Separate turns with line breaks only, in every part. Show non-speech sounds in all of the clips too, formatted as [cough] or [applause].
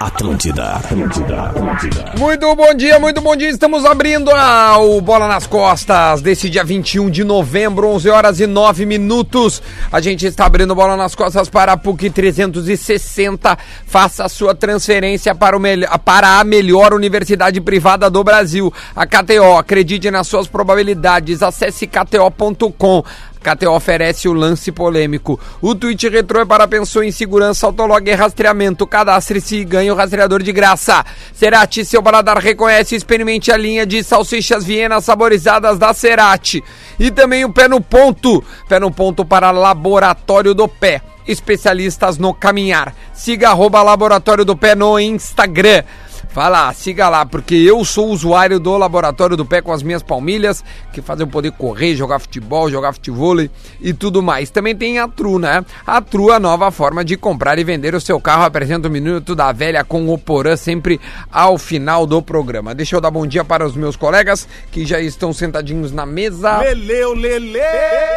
Atlântida, Atlântida, Atlântida.
Muito bom dia, muito bom dia. Estamos abrindo a, o Bola nas Costas desse dia 21 de novembro, 11 horas e 9 minutos. A gente está abrindo o Bola nas Costas para a PUC 360. Faça a sua transferência para, o mel- para a melhor universidade privada do Brasil. A KTO, acredite nas suas probabilidades. Acesse kto.com. KTO oferece o lance polêmico. O tweet retrô é para pensou em segurança, autolog e rastreamento. Cadastre-se e ganhe o rastreador de graça. Cerati, seu paladar reconhece e experimente a linha de salsichas vienas saborizadas da Cerati. E também o pé no ponto. Pé no ponto para Laboratório do Pé. Especialistas no caminhar. Siga arroba Laboratório do Pé no Instagram. Vá lá, siga lá, porque eu sou usuário do Laboratório do Pé com as minhas palmilhas, que fazem eu poder correr, jogar futebol, jogar futevôlei e tudo mais. Também tem a Tru, né? A Tru, a nova forma de comprar e vender o seu carro, apresenta o Minuto da Velha com o Porã sempre ao final do programa. Deixa eu dar bom dia para os meus colegas que já estão sentadinhos na mesa.
Leleu, Lele,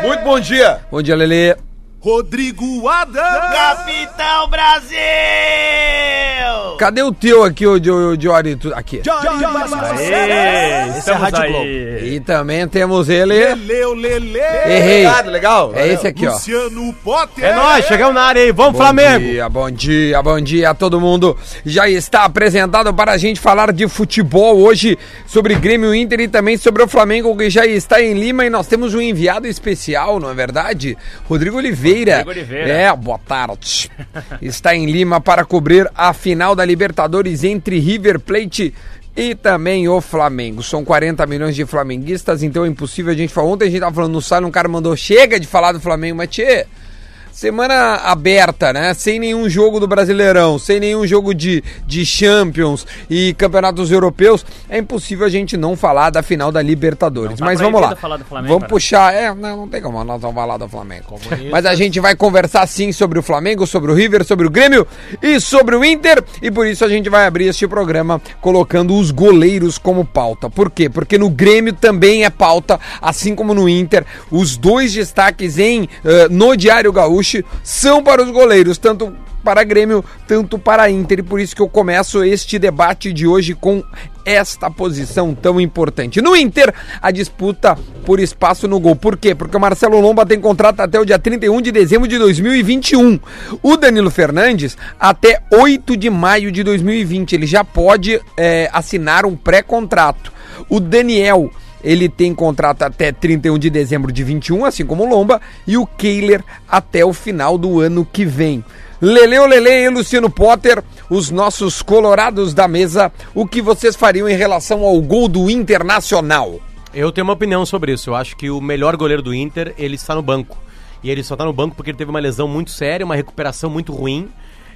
Muito bom dia!
Bom dia, Lelê.
Rodrigo Adams,
Capitão Brasil!
Cadê o teu aqui, ô Di- ô Diori? Tu- Aqui.
Johnny Vasconcelos,
é
Ei, estamos aí.
E também temos ele.
Leleu, Lele,
Errei.
Obrigado, legal.
É esse aqui, ó.
Luciano Potter,
É nóis, chegamos na área aí. Vamos,
Bom
Flamengo!
dia, bom dia, bom dia a todo mundo. Já está apresentado para a gente falar de futebol hoje, sobre Grêmio Inter e também sobre o Flamengo, que já está em Lima e nós temos um enviado especial, não é verdade? Rodrigo Oliveira.
Rodrigo Oliveira.
É, boa
[laughs]
tarde. está em Lima para cobrir a final da Libertadores entre River Plate e também o Flamengo. São 40 milhões de flamenguistas, então é impossível a gente falar. Ontem a gente tava falando no sal, um cara mandou chega de falar do Flamengo, mas tchê, Semana aberta, né? Sem nenhum jogo do Brasileirão, sem nenhum jogo de, de Champions e campeonatos europeus, é impossível a gente não falar da final da Libertadores.
Não, tá
Mas vamos lá.
proibido falar do Flamengo,
vamos
cara.
puxar. É, não, não tem como nós não falar do Flamengo. Mas a gente vai conversar sim sobre o Flamengo, sobre o River, sobre o Grêmio e sobre o Inter. E por isso a gente vai abrir este programa colocando os goleiros como pauta. Por quê? Porque no Grêmio também é pauta, assim como no Inter. Os dois destaques em eh, no Diário Gaúcho são para os goleiros, tanto para Grêmio, tanto para Inter. E por isso que eu começo este debate de hoje com esta posição tão importante. No Inter, a disputa por espaço no gol. Por quê? Porque o Marcelo Lomba tem contrato até o dia 31 de dezembro de 2021. O Danilo Fernandes até 8 de maio de 2020. Ele já pode eh, assinar um pré-contrato. O Daniel. Ele tem contrato até 31 de dezembro de 21, assim como o Lomba, e o Kehler até o final do ano que vem. Leleu Lele e Luciano Potter, os nossos colorados da mesa, o que vocês fariam em relação ao gol do Internacional?
Eu tenho uma opinião sobre isso. Eu acho que o melhor goleiro do Inter, ele está no banco. E ele só está no banco porque ele teve uma lesão muito séria, uma recuperação muito ruim.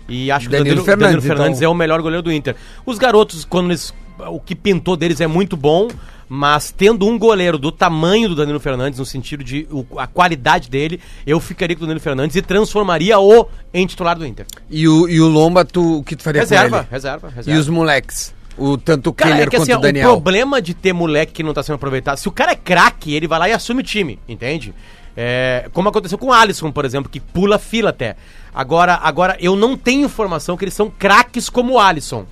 E acho que
Danilo
o Danilo, Danilo
Fernandes,
Fernandes,
então.
é o melhor goleiro do Inter. Os garotos, quando eles. O que pintou deles é muito bom, mas tendo um goleiro do tamanho do Danilo Fernandes, no sentido de o- a qualidade dele, eu ficaria com o Danilo Fernandes e transformaria o em titular do Inter.
E o, e o Lomba, tu, o que tu faria
Reserva,
com ele?
reserva, reserva.
E os moleques? O, tanto o
Cara,
Kehler
é que
quanto
assim, ó,
o
o
Daniel.
problema de ter moleque que não tá sendo aproveitado, se o cara é craque, ele vai lá e assume o time, entende? É, como aconteceu com o Alisson, por exemplo, que pula fila até. Agora, agora eu não tenho informação que eles são craques como o Alisson.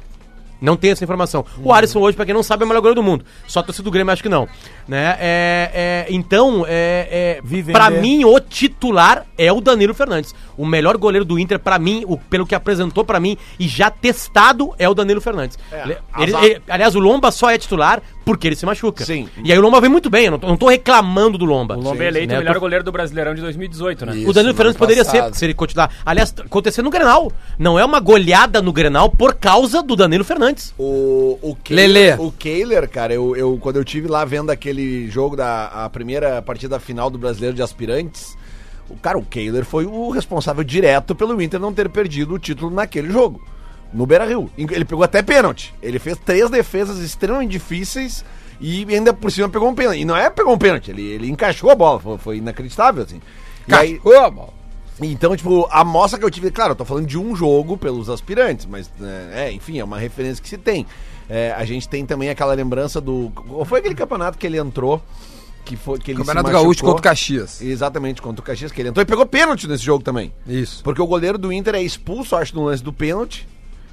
Não tenho essa informação.
Uhum.
O Alisson hoje, pra quem não sabe, é o melhor goleiro do mundo. Só a torcida do Grêmio acho que não. Né? É, é, então, é, é,
Vivem
pra
ver.
mim, o titular é o Danilo Fernandes. O melhor goleiro do Inter, pra mim, o- pelo que apresentou pra mim e já testado, é o Danilo Fernandes. Le- ele-
azar.
ele- Aliás, o Lomba só é titular porque ele se machuca.
Sim.
E aí o Lomba vem muito bem, eu não tô, não tô reclamando do Lomba.
O Lomba é eleito
Né,
o
eu
melhor
tô-
goleiro do Brasileirão de 2018, né?
Isso,
O Danilo Fernandes
no ano
poderia
passado.
ser, se ele continuar. Aliás, t- aconteceu no Grenal. Não é uma goleada no Grenal por causa do Danilo Fernandes.
O, o
Lelê.
O Kehler, cara, eu, eu, quando eu tive lá vendo aquele jogo da a primeira partida final do Brasileiro de Aspirantes, o cara, o Kehler foi o responsável direto pelo Inter não ter perdido o título naquele jogo. No Beira Rio. Ele pegou até pênalti. Ele fez três defesas extremamente difíceis e ainda por cima pegou um pênalti. E não é pegou um pênalti, ele, ele encaixou a bola. Foi, foi inacreditável, assim. E aí-
Como?
então, tipo, a amostra que eu tive, claro, eu tô falando de um jogo pelos aspirantes, mas, né, é, enfim, é uma referência que se tem. É, a gente tem também aquela lembrança do. Qual foi aquele campeonato que ele entrou? Que foi que ele se
Campeonato Gaúcho
machucou?
contra o Caxias.
Exatamente, contra o Caxias, que ele entrou e pegou pênalti nesse jogo também.
Isso.
Porque o goleiro do Inter é expulso, acho, no lance do pênalti.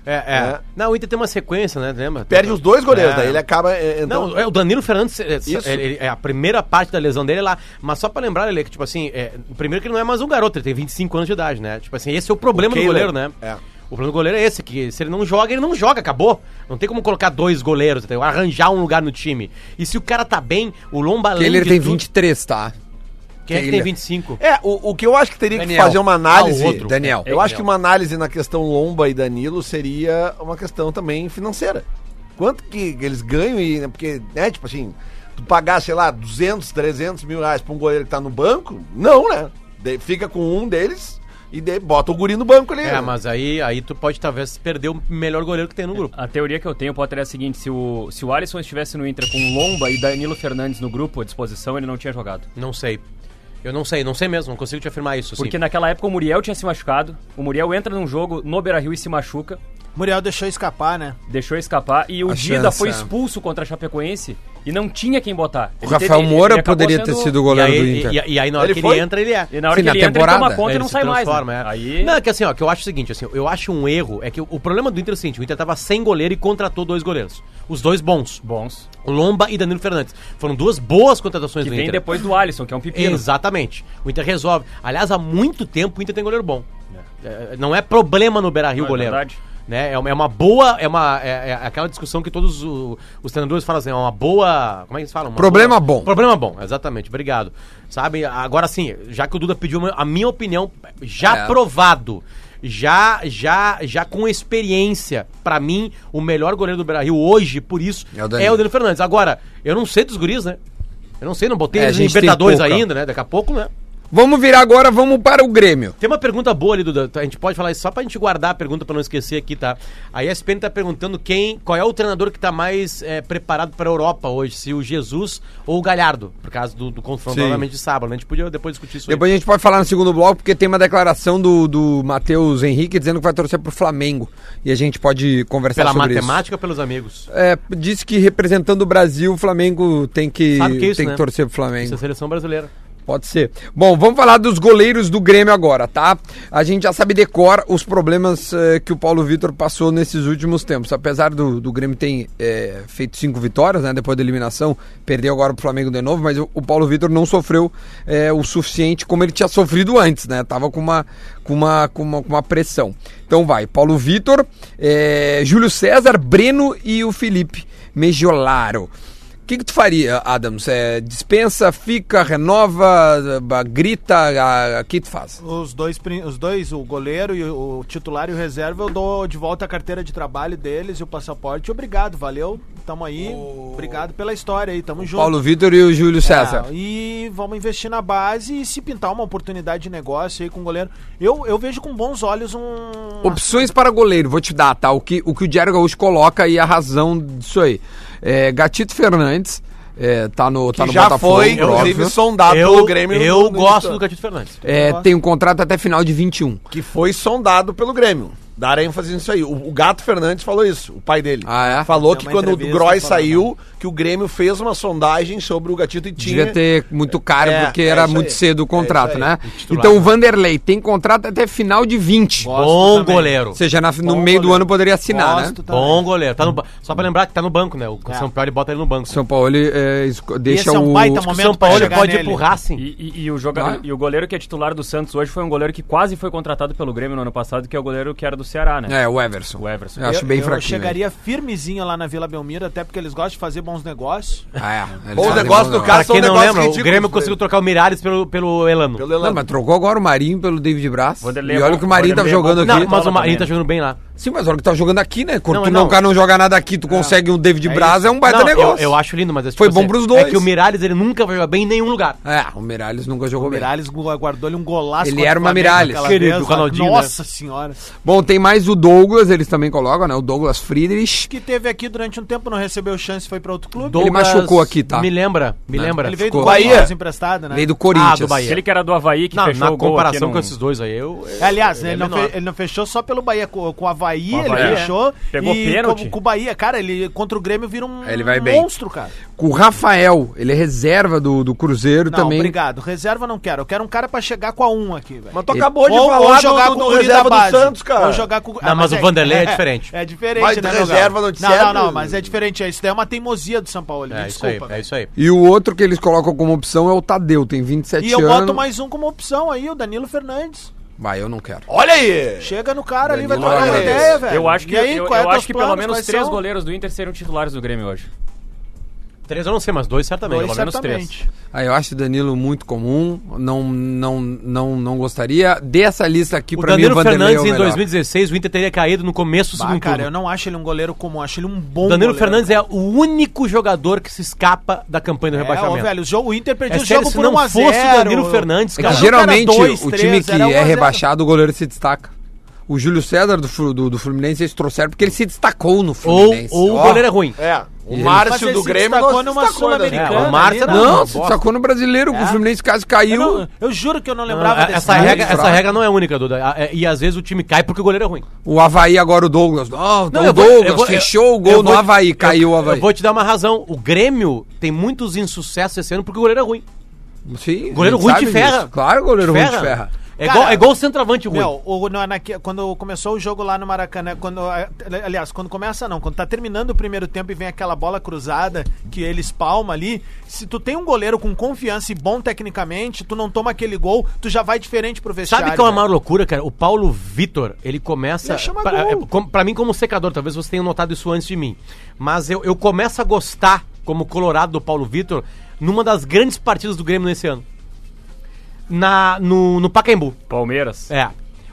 É, é.
É.
Não, o Inter tem uma sequência, né? Lembra?
Perde os dois goleiros,
É.
daí ele acaba. é, então-
Não, é, o Danilo Fernandes, é,
Isso.
ele- ele- é, a primeira parte da lesão dele é lá. Mas só pra lembrar, ele que, tipo assim, é, primeiro que ele não é mais um garoto, ele tem 25 anos de idade, né? Tipo assim, esse é o problema do
Kehler.
goleiro, né?
É.
O problema do goleiro é esse, que se ele não joga, ele não joga, acabou. Não tem como colocar dois goleiros, entendeu? arranjar um lugar no time. E se o cara tá bem, o Lomba além
Ele
de
tem
tudo-
23, tá?
Quem é que tem
Kehler.
25?
É, o, o que eu acho que teria
Daniel.
que fazer é uma análise.
Ah, o outro.
Daniel.
Eu acho que uma análise na questão Lomba e Danilo seria uma questão também financeira. Quanto que eles ganham e. né, Porque, né, tipo assim, tu pagar, sei lá, 200, 300 mil reais pra um goleiro que tá no banco, não, né? De- fica com um deles e de- bota o guri no banco ali.
É,
né?
mas aí, aí tu pode talvez perder o melhor goleiro que tem no grupo.
A teoria que eu tenho, Potter, é a seguinte: se o, se o Alisson estivesse no Inter com Lomba e Danilo Fernandes no grupo à disposição, ele não tinha jogado.
Não sei. Eu não sei, não sei mesmo, não consigo te afirmar isso. assim.
Porque naquela época o Muriel tinha se machucado. O Muriel entra num jogo no Beira Rio e se machuca,
Muriel deixou escapar, né?
deixou escapar. E o
A
Dida
chance,
foi
é.
expulso contra a Chapecoense e não tinha quem botar.
O
Ele
Rafael
teve- ele-
Moura
ele acabou
poderia ter
sendo-
sido é o
E
goleiro
aí,
do Inter.
E, e- e aí na hora
Ele
que
foi?
ele entra, ele é.
E na hora
Sim,
que
na
ele entra, ele
temporada.
toma conta
Ele
e não
se
sai mais.
transforma,
né?
é.
Aí...
Não, é que assim, ó, que eu acho o seguinte, assim, eu acho um erro, é que o, o problema do Inter é o seguinte, o Inter tava sem goleiro e contratou dois goleiros. Os dois bons,
Bons.
o Lomba e Danilo Fernandes. Foram duas boas contratações
Que
do
vem
Inter.
depois do Alisson, que é um pepino.
Exatamente. O Inter resolve. Aliás, há muito tempo o Inter tem goleiro bom. É, Não é problema no Beira-Rio
Não, é
goleiro.
verdade.
Né? É, uma, é uma boa, é uma é, é aquela discussão que todos o- os treinadores falam assim, é uma boa, como é que eles falam? Uma
Problema
boa-
bom.
Problema bom, exatamente, obrigado. Sabe, agora sim, já que o Duda pediu uma- a minha opinião, já
É.
provado, já já já com experiência, pra mim, o melhor goleiro do Beira-Rio hoje, por isso,
É
é
o
o
Danilo.
Danilo Fernandes. Agora, eu não sei dos guris, né? Eu não sei, não botei
É, a
eles em
gente tem
Libertadores
pouca.
ainda, né? Daqui a pouco, né?
Vamos virar agora, vamos para o Grêmio.
Tem uma pergunta boa ali, Duda. A gente pode falar isso só pra gente guardar a pergunta pra não esquecer aqui, tá? A ESPN tá perguntando quem, qual é o treinador que tá mais eh, preparado pra Europa hoje, se o Jesus ou o Galhardo, por causa do, do confronto
Sim.
novamente de sábado. né? A gente podia depois discutir isso aí.
Depois a gente pode falar no segundo bloco, porque tem uma declaração do, do Matheus Henrique dizendo que vai torcer pro Flamengo. E a gente pode conversar
Pela
sobre
matemática ou pelos amigos?
isso. É, disse que representando o Brasil, o Flamengo tem que,
Sabe o que é isso,
tem que
né?
torcer pro
Isso
Flamengo.
é seleção brasileira.
Pode ser. Bom, vamos falar dos goleiros do Grêmio agora, tá? A gente já sabe decor os problemas eh, que o Paulo Vitor passou nesses últimos tempos. Apesar do, do Grêmio ter eh, feito cinco vitórias, né? Depois da eliminação, perdeu agora pro Flamengo de novo, mas o, o Paulo Vitor não sofreu eh, o suficiente como ele tinha sofrido antes, né? Tava com uma, com uma, com uma, com uma pressão. Então vai, Paulo Vitor, eh, Júlio César, Breno e o Felipe Megiolaro. O que, que tu faria, Adams? É, dispensa, fica, renova, ba- grita, o que tu faz?
Os dois, prin- os dois, o goleiro e o o titular e o reserva, eu dou de volta a carteira de trabalho deles e o passaporte. Obrigado, valeu. Tamo aí. Obrigado pela história aí. Tamo junto.
Paulo Vitor e o Júlio César.
É, e vamos investir na base e se pintar uma oportunidade de negócio aí com o goleiro. Eu, eu vejo com bons olhos um.
Opções para goleiro, vou te dar, tá? O que o, que o Diário Gaúcho coloca e a razão disso aí. É, Gatito Fernandes, é, tá no, tá
que
no
já
Botafogo,
foi, inclusive,
óbvio.
sondado
eu
pelo Grêmio. no-
eu
no- no-
gosto do Gatito Fernandes.
É, tem um contrato até final de 21.
Que foi sondado pelo Grêmio. Dar ênfase nisso aí. O, o Gato Fernandes falou isso, o pai dele.
Ah, é?
Falou
Deu
que
uma
quando o
entrevista
Groy
falando. né?
saiu, que o Grêmio fez uma sondagem sobre o Gatito e tinha...
Devia ter muito caro,
É,
porque
é
era
isso
muito
aí.
cedo o
É isso
contrato,
aí.
né?
O titular,
Então o
né?
Vanderlei tem contrato até final de 20.
Bom goleiro.
Ou seja, na- no
Bom
meio do
goleiro.
ano poderia assinar, né?
Gosto também.
Bom goleiro. Tá no ba- Só
Uhum.
pra lembrar que tá no banco, né? O São Paulo bota ele no banco.
São Paulo é, esco- deixa
Esse é um
o.
baita
o
Um momento
São
pra
Paulo
chegar
pode
nele.
empurrar, sim.
E, e- e o joga...
Ah.
e o goleiro que é titular do Santos hoje foi um goleiro que quase foi contratado pelo Grêmio no ano passado, que é o goleiro que era do Ceará, né?
É, o Everson.
O Everson.
Eu acho
Eu-
bem
eu
fraquinho. né? ele.
chegaria firmezinho lá na Vila Belmiro, até porque eles gostam de fazer bons negócios.
Ah, é. Eles
Bom
fazem
negócio
bom
do
Pra quem
cara são
não
negócios
lembra, o
ridículos
Grêmio
pra
conseguiu
ele.
trocar o Mirares pelo, pelo Elano.
Pelo
Não,
Elano.
mas trocou agora o Marinho pelo David Braz.
Vanderlei
e
é
olha
bom.
que o Marinho tava
Vanderlei é bom.
jogando
Não,
aqui.
Não, mas o
Bola
Marinho tá
também, né?
jogando bem lá.
Sim, mas olha que tá jogando aqui, né? Quando
Não,
tu
mas
não,
não.
o cara não joga nada aqui, tu consegue um David Braz, é um baita
Não,
negócio.
Eu, eu acho lindo, mas... é tipo
Foi bom
assim,
pros dois.
É que o Mirares, ele nunca vai jogar bem em nenhum lugar.
É, o Miralles nunca jogou
O
bem.
Miralles gu- guardou-lhe um golaço.
Ele
contra
era
o
uma
Flamengo
Miralles.
aquela
Querido,
vez,
o Ronaldinho,
Nossa senhora.
Bom, tem mais o Douglas, eles também colocam, né? O Douglas Friedrich.
Que teve aqui durante um tempo, não recebeu chance, foi pra outro clube.
Douglas
machucou aqui, tá?
Me lembra, me
Não.
lembra.
Ele veio
ficou-
do Corinthians
Bahia.
emprestado, né?
Lei do Corinthians.
Ah, do Bahia.
Aquele que era do Havaí que
Não,
fechou
na
o gol aqui
comparação
num-
com esses dois aí, eu...
É, Aliás, né, ele,
é
não
menor.
fe- ele não fechou só pelo Bahia, co- com, o Havaí Havaí,
Com o
ele
Avaí,
fechou.
é. Pegou
e
pênalti.
Com, com o Bahia, cara, ele contra o Grêmio vira um
Ele vai bem.
monstro, cara.
Com o Rafael, ele é reserva do, do Cruzeiro
Não,
também.
obrigado. Reserva não quero. Eu quero um cara pra chegar com a 1 aqui, velho.
Mas tu
Ele-
acabou de falar do- do, do
guri
reserva
da
do
base.
Santos, cara.
Ou jogar com...
Não, mas o Vanderlei é diferente.
É, diferente,
Mas
né,
reserva
meu galo?
não
Não,
disseram?
não, não, mas é diferente. é Isso daí é uma teimosia do São Paulo. me
É isso
desculpa,
aí,
né?
é
velho.
isso aí.
E o outro que eles colocam como opção é o Tadeu, tem 27
E eu
anos.
boto mais um como opção aí, o Danilo Fernandes.
Vai, eu não quero.
Olha aí!
Chega no cara ali, vai
Danilo
trocar uma
Fernandes.
ideia, velho.
Eu acho que,
E aí,
eu,
qual é
eu
teus
acho que pelo
planos?
menos
Quais
três
são?
goleiros do Inter seriam titulares do Grêmio hoje.
Três eu não sei, mas dois certamente.
Dois,
Pelo menos
certamente.
Aí Ah, eu acho o Danilo muito comum, não não não não gostaria dessa lista aqui
O
pra mim o
Danilo
Vanderlei é
Fernandes
o
em
melhor.
2016, o Inter teria caído no começo do
Bah,
segundo
cara,
turno.
eu não acho ele um goleiro comum, acho ele um bom
Danilo
goleiro.
Fernandes
né?
é o único jogador que se escapa da campanha do
É, ó,
rebaixamento.
velho, o, jogo, o Inter
É
perdeu o
sério,
jogo
se
por
não
1 a 0
fosse o Danilo Fernandes,
É que
cara.
geralmente
Era dois,
o
três,
time que
era um a
é
zero.
rebaixado, o goleiro se destaca. O Júlio César do, Flu- do, do Fluminense eles trouxeiro porque ele se destacou no
Ou,
Fluminense.
ou o
Ó.
goleiro é ruim.
É, o
Ele-
Mas
Márcio
ele
do
se
Grêmio
destacou
não se
numa
destacou, né?
Sul-Americana.
É, o Márcio era
ali, né?
uma
Não, se destacou no brasileiro, com o
É.
Fluminense quase
Eu,
caiu.
não- eu juro que eu não lembrava
Ah,
desse
essa,
cara.
regra,
fraco.
essa regra não é única, Duda. Ah, é- E às vezes o time cai porque o goleiro é ruim.
O Havaí agora o Douglas. Não,
Não,
o
eu vou-
Douglas
eu vou-
fechou o
eu
gol no
vou-
Havaí, caiu o
Eu
Havaí.
vou te dar uma razão. O Grêmio tem muitos insucessos esse ano porque o goleiro é ruim.
Sim,
O goleiro
a gente
ruim
sabe
te ferra.
disso. Claro, o goleiro ruim te ferra.
É,
Cara,
igual, é igual o centroavante ruim.
Meu, o- na- na- quando começou o jogo lá no Maracanã, né, quando, a- aliás, quando começa não, quando tá terminando o primeiro tempo e vem aquela bola cruzada que ele espalma ali, se tu tem um goleiro com confiança e bom tecnicamente, tu não toma aquele gol, tu já vai diferente pro vestiário. né?
Sabe que é uma
velho.
maior loucura, cara? O Paulo Vitor, ele começa.
Ele chama
pra,
gol.
é, como- pra mim, como secador, talvez você tenha notado isso antes de mim. Mas eu, eu começo a gostar, como colorado do Paulo Vitor, numa das grandes partidas do Grêmio nesse ano. Na, no, no Pacaembu.
Palmeiras.
É.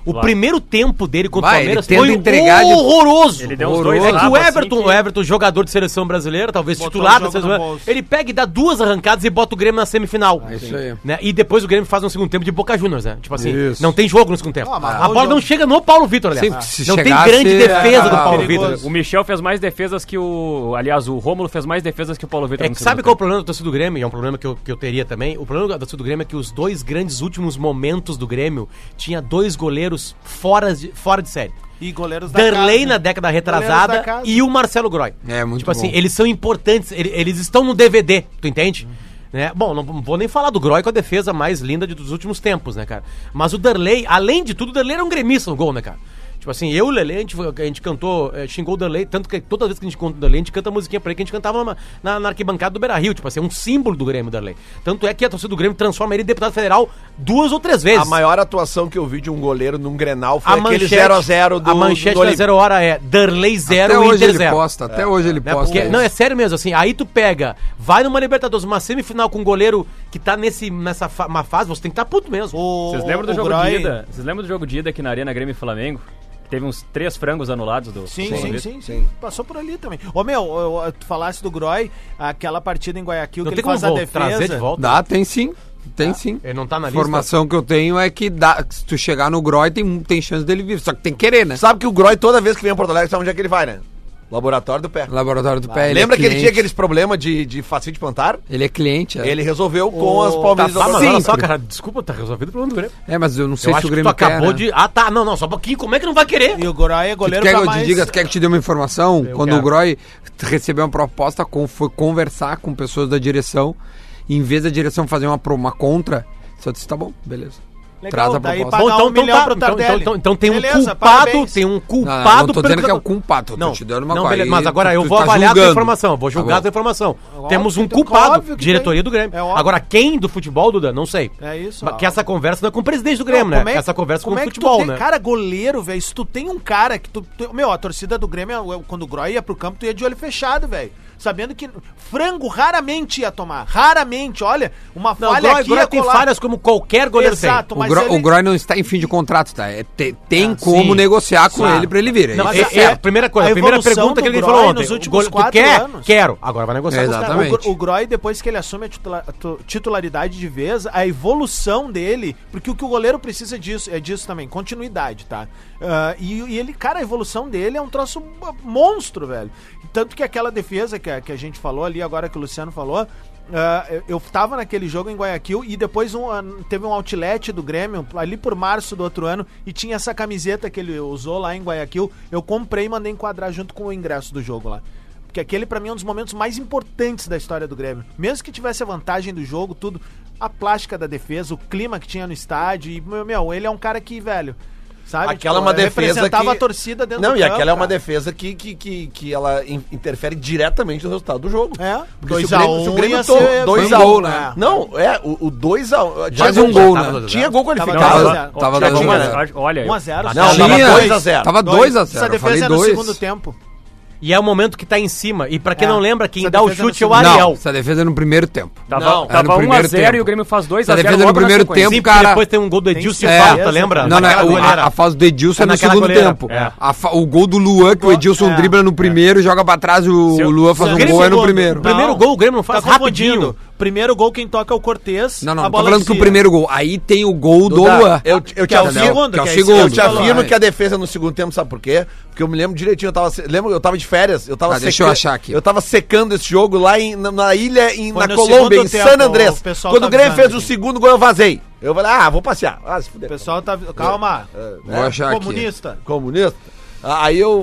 O
Lá.
primeiro tempo dele contra
Vai,
o Palmeiras
ele tenta
foi um
entregar de-
horroroso.
Ele deu uns dois
É que o
lados, assim,
Everton,
que-
o Everton, jogador de seleção brasileira, talvez
Botou
titular da
o jogo
seleção
no
brasileira,
bolso.
ele pega e dá duas arrancadas e bota o Grêmio na semifinal.
É isso aí.
Né? E depois o Grêmio faz um segundo tempo de Boca Juniors, né? Tipo assim,
Isso.
não tem jogo no segundo tempo.
Não, mas
a
não é o
bola não
jogo.
chega no Paulo Vitor,
Sim,
aliás.
se
não tem
chegasse, é
grande defesa do
era
Paulo
perigoso.
Vitor.
O Michel fez mais defesas que o. Aliás, o Rômulo fez mais defesas que o Paulo Vitor.
É
no
que
segundo
sabe qual é o
tempo.
problema da torcida do Grêmio? E é um problema que eu, que eu teria também. O problema da torcida do Grêmio é que os dois grandes últimos momentos do Grêmio tinha dois goleiros fora de, fora de série.
E goleiros da
Darley
casa.
na década
Goleiros da
retrasada
casa.
e o Marcelo Groy.
É, muito
Tipo assim,
bom.
eles são importantes, ele- eles estão no DVD, tu entende?
Uhum.
Né? Bom, não vou nem falar do Groy com a defesa mais linda de- dos últimos tempos, né, cara? Mas o Darley, além de tudo, o Darley era um gremista no gol, né, cara? Tipo assim, eu e o Lelê, a gente, foi- a gente cantou, eh, xingou o Darley, tanto que toda vez que a gente conta o Darley, a gente canta a musiquinha pra ele que a gente cantava na, na- na arquibancada do Beira-Rio, tipo assim, é um símbolo do Grêmio, o Darley. Tanto é que a torcida do Grêmio transforma ele em deputado federal duas ou três vezes.
A maior atuação que eu vi de um goleiro num Grenal foi
A
É aquele
manchete,
0x0 do
a manchete
do
da zero hora é Darley
Até
0
hoje
Inter
ele
0.
posta, até hoje ele
Né?
posta.
Porque,
isso.
não, é sério mesmo, assim, aí tu pega, vai numa Libertadores, uma semifinal com um goleiro que tá nesse, nessa fa- uma fase, você tem que estar puto mesmo.
O-
Vocês lembram do
o
jogo
Groy-
de ida? Vocês lembram do jogo de ida aqui na Arena Grêmio e Flamengo? Que teve uns três frangos anulados do.
Sim,
do
sim,
Vitor?
sim, sim, Passou por ali também. Ô, meu, eu- eu- tu falasse do Groy, aquela partida em Guayaquil
Não
que
tem
ele
como
faz a
vol-
defesa.
trazer de volta.
Dá, tem sim. Tem sim.
Ele não tá na
A
lista.
informação que eu tenho é que dá, se tu chegar no Groy, tem, tem chance dele vir. Só que tem que querer, né?
Sabe que o Groy, toda vez que vem a Porto Alegre, sabe onde é que ele vai, né? Laboratório do Pé.
Laboratório do Pé. ele
Lembra
é
que ele tinha
cliente.
aqueles problemas de, de facite plantar?
Ele é cliente, é.
Ele resolveu com as
Tá,
palmeiras
tá, mas
Sim.
olha só,
Sempre.
cara, desculpa, tá resolvido o problema do Grêmio.
É, mas eu não sei
eu
se
acho
o
que tu
Grêmio
acabou
quer, né?
de... Ah, tá, não, não, só um pouquinho, como é que não vai querer?
E o Groy é
Tu
goleiro
quer que
pra
eu te
mais...
diga, tu quer que te dê uma informação? Quando o
quero.
Groy recebeu uma proposta, com- foi conversar com pessoas da direção, e em vez da direção fazer uma, pro- uma contra, só disse, tá bom, beleza.
Legal,
Traz a
daí
proposta.
paga-
Bom,
dar
então,
um
então,
milhão
tá,
pro
então,
Tardelli.
então, então- então tem um
Beleza,
culpado,
parabéns.
tem um
Não,
culpado...
não, não tô
pelo-
dizendo que é um culpado, tô
Não,
te dando uma
não
coisa,
beleza,
aí
mas agora
tu-
eu
tu
vou
tá
avaliar a tua
julgando.
informação, vou
Tá
julgar a
bom.
tua informação.
Óbvio,
Temos um
tem-
culpado,
óbvio que
diretoria
tem.
do Grêmio.
É óbvio.
agora, quem do futebol, Duda, não sei.
É isso,
Mas
ó.
Que essa conversa não é com o presidente do Grêmio,
Não,
né?
como é-
Essa conversa é com
como
o
é que tu
futebol,
tem-
né?
Cara, goleiro, velho, se tu tem um cara que tu, tu- Meu, a torcida do Grêmio, eu- quando o Groy ia pro campo, tu ia de olho fechado, velho. Sabendo que frango raramente ia tomar. Raramente, olha, uma
Não, o
falha
Groy,
aqui
Groy
ia
tem
colar.
falhas como qualquer goleiro
Exato,
O,
mas
Gro-
ele-
o Groy não está em fim de contrato, tá? É, te- tem
Ah,
como
sim.
negociar com
Claro.
ele pra ele vir.
tem. Não,
isso
mas
é,
a-
é a primeira coisa, a,
a
primeira
evolução
pergunta que
do
ele
Groy
falou ontem.
nos
o
últimos
goleiro- tu
quatro
quer?
anos.
Quero. Agora vai negociar.
É,
com os
Cara,
caras.
exatamente.
O, Gro- o Groy, depois que ele assume a titula- tu- titularidade de vez, a evolução dele, porque o que o goleiro precisa disso é disso também, continuidade, tá? Ah, e, e ele, cara, a evolução dele é um troço monstro, velho. Tanto que aquela defesa que a, que a gente falou ali, agora que o Luciano falou, ah, eu- eu tava naquele jogo em Guayaquil e depois um, ah, teve um outlet do Grêmio, ali por março do outro ano, e tinha essa camiseta que ele usou lá em Guayaquil. Eu comprei e mandei enquadrar junto com o ingresso do jogo lá. Porque aquele pra mim é um dos momentos mais importantes da história do Grêmio. Mesmo que tivesse a vantagem do jogo, tudo, a plástica da defesa, o clima que tinha no estádio. E, meu, meu, ele é um cara que, velho. Sabe? Tipo,
Aquela é uma defesa
representava
que...
a torcida dentro
Não,
do
e aquela
campo,
é uma
cara.
defesa que, que, que, que ela in- interfere diretamente no resultado do jogo.
É.
Porque se
2 a
o Grêmio- se o
um
Grêmio
ia
tomou
ser-
2
foi
a
um
1
gol,
né?
Não, é, o 2 a 1
Mais um gol, né?
Tinha gol qualificado.
Tava-
Olha,
tava
já
dando
tinha-
uma-
Olha,
1 a 0.
Não,
Tinha-
tava
Tinha-
2 a 0.
né? Tava 2 a 0.
Essa
eu falei
defesa é no
dois.
segundo tempo.
E é o momento que tá em cima. E pra quem
É.
não lembra, quem
Essa
dá o
defesa
chute é o
não-
Ariel.
Não, essa defesa é no primeiro tempo.
Tava,
Não,
era no
tava 1 a
primeiro
0
tempo.
e o Grêmio faz 2
Essa
a 0
defesa no
logo na
primeiro
sequência.
tempo,
Sim, porque
cara.
depois tem um gol do Edilson
É.
e falta, lembra?
Não, não,
Tá, Naquela
o-
goleira.
a, a fase do Edilson é no
Naquela
segundo
goleira,
tempo.
é.
A fa- o gol do Luan, que o
Go-
Edilson
é.
dribla no primeiro, joga pra trás, o,
Se-
o Luan faz
se-
um
Grêmio
gol, é no
segundo.
primeiro.
O primeiro
Não.
gol o Grêmio não faz
Tá
rapidinho.
confundindo. Primeiro gol quem toca é o Cortez.
Não, não,
a
não tô
bola
falando que o
desvia.
primeiro gol. Aí tem o gol do
Dá.
Luan.
Eu, eu te
Que é o
afirmo,
segundo,
que é o
que é esse
segundo.
eu te
falou,
afirmo
né?
que a defesa no segundo tempo, sabe por quê? Porque eu me lembro direitinho, eu tava. se- Lembra, eu tava de férias, eu
Ah,
tava
Tá, deixa eu achar aqui.
Eu tava secando esse jogo lá em- na, na ilha, em,
Foi
na
no
Colômbia,
segundo
em
tempo,
San
o
Andrés.
pessoal
Quando
tá
o Grêmio
avisando
fez o
aqui.
segundo gol, eu vazei. Eu falei, ah, vou passear. Ah, se
O
fuder.
pessoal tá. Calma.
É,
Vou achar aqui.
Comunista.
Comunista. Ah, Aí eu.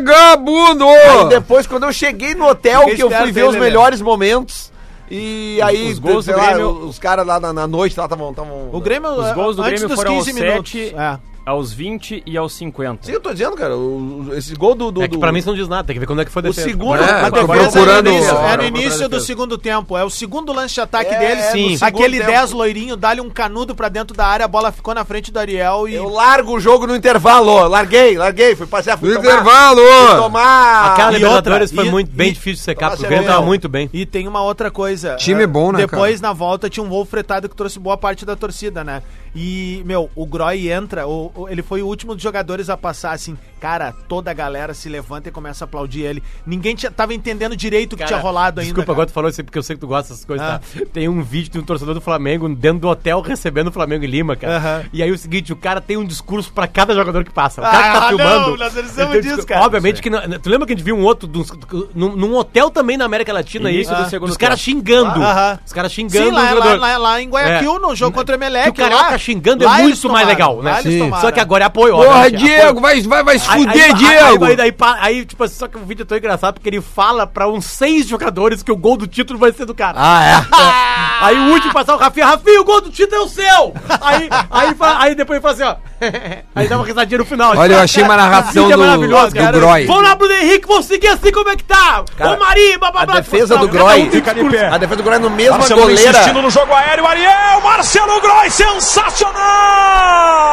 Vagabundo!
Aí depois, quando eu cheguei no hotel,
Fiquei
que eu fui
esperto
ver
aí,
os
Lelê.
melhores momentos. E aí,
os gols
sei
do
lá,
Grêmio-
os caras lá na, na noite lá estavam.
O Grêmio. é,
Os gols do
antes
Grêmio
dos
foram aos
15 minutos.
7
É.
aos 20 e aos 50.
Sim, eu tô dizendo, cara. o- o- esse gol do. do
É que pra mim isso não diz nada, tem que ver quando é que foi a
O
defesa.
segundo,
É,
a
tô
defesa
Mas era
procurando-
no início,
Procurando
era
a
o
defesa.
início do segundo tempo. É o segundo lance de ataque
É,
dele.
é,
Sim.
no segundo
Aquele
tempo.
10 loirinho, dá-lhe um canudo pra dentro da área, a bola ficou na frente do Ariel e.
Eu largo o jogo no intervalo, ó. larguei, larguei, fui passear, fui
No
tomar,
intervalo!
fui tomar.
Aquela
e
Libertadores
outra,
foi
e-
muito bem
e-
difícil de secar, porque o
Nossa,
Grêmio
é
tava
bom.
tá muito bem.
E tem uma outra coisa.
Time
eh,
bom, né,
Depois, na volta, tinha um voo fretado que trouxe boa parte da torcida, né? E, meu, o Groy entra, o- o- ele foi o último dos jogadores a passar, assim. Cara, toda a galera se levanta e começa a aplaudir ele. Ninguém tinha, tava entendendo direito o que tinha rolado ainda.
Desculpa,
cara. Ah.
agora tu falou isso porque eu sei que tu gosta dessas coisas, tá? Tem um vídeo de um torcedor do Flamengo dentro do hotel recebendo o Flamengo em Lima, cara.
Aham.
E aí o seguinte, o cara tem um discurso pra cada jogador que passa. O cara que
Ah,
tá
não,
filmando.
nós
ele
precisamos
tem um
disso,
discurso-
cara.
Obviamente que. não- tu lembra que a gente viu um outro dos- num, num hotel também na América Latina aí?
Início do segundo
os caras xingando.
Aham.
Os caras xingando.
Sim,
o
lá, lá,
jogador.
lá, lá em Guayaquil,
É.
no jogo contra o
Que
Emelec.
o carioca
lá-
xingando
lá
é
eles
muito mais
tomaram,
legal,
lá
né?
eles tomaram.
Só que agora é apoio,
Porra,
obviamente, apoio.
Diego, vai, vai, vai se
Aí-
fuder,
aí,
Diego!
Aí, aí, aí, pa- aí, tipo, assim, só que o vídeo é tão engraçado porque ele fala pra uns seis jogadores que o gol do título vai ser do cara.
Ah!
Ah, é? Aí o último passar o Rafinha, Rafinha, o gol do título é o seu! Aí, aí, fa- aí depois ele fala assim, ó. [laughs] aí dá uma risadinha no final.
Olha, eu achei uma narração
Vídeo é
do,
maravilhoso,
do
cara.
Groy.
Vamos lá, Bruno Henrique, vamos seguir assim como é que tá! Ô Mari, blá, blá,
A
blá.
defesa do
Cada
Groy.
um tem um discurso.
A defesa do Groy é no mesmo a
Marcelo
goleira.
insistindo no jogo aéreo, Ariel, Marcelo Groy,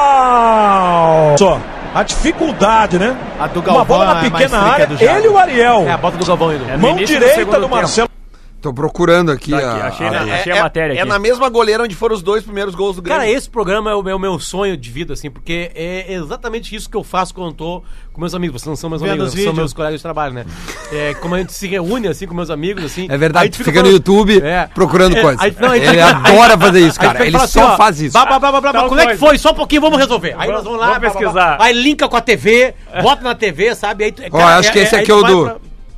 sensacional! Só a dificuldade, né?
A do
Uma bola
Galvão
na
é mais
pequena
trica
área,
do Jago.
ele e o Ariel.
É, a bota do Galvão ainda.
É no
Mão
início
direita
segundo
do
tempo.
Marcelo.
Tô procurando aqui,
Tá aqui,
a-
achei,
a-
né?
na-
Ah,
É,
achei
é-
a matéria
é
aqui.
na mesma goleira onde foram os dois primeiros gols do Grêmio.
Cara, esse programa é o meu, meu sonho de vida, assim, porque é exatamente isso que eu faço quando eu tô com meus amigos. Vocês não são meus
Vendo
amigos,
os
né? são
vídeos.
meus colegas de trabalho, né? É, como a gente se reúne, assim, com meus amigos, assim.
É verdade,
aí tu
fica, no
falando-
YouTube
É.
procurando
É,
coisa.
aí- não, aí
ele
fica-
adora fazer isso,
Aí
cara.
tu
Ele
fala
só
assim, ó,
faz isso.
Blá, blá, blá, blá, blá,
Tal
como é que
coisa.
foi? Só um pouquinho, vamos resolver. Aí nós vamos lá, blá,
Vamos
blá, blá,
pesquisar.
Aí linka com a
[laughs]
TV, bota na TV, sabe? Aí, tu-
Ó,
cara,
acho que esse
aí
aqui é
tu
o
vai
do.
pra-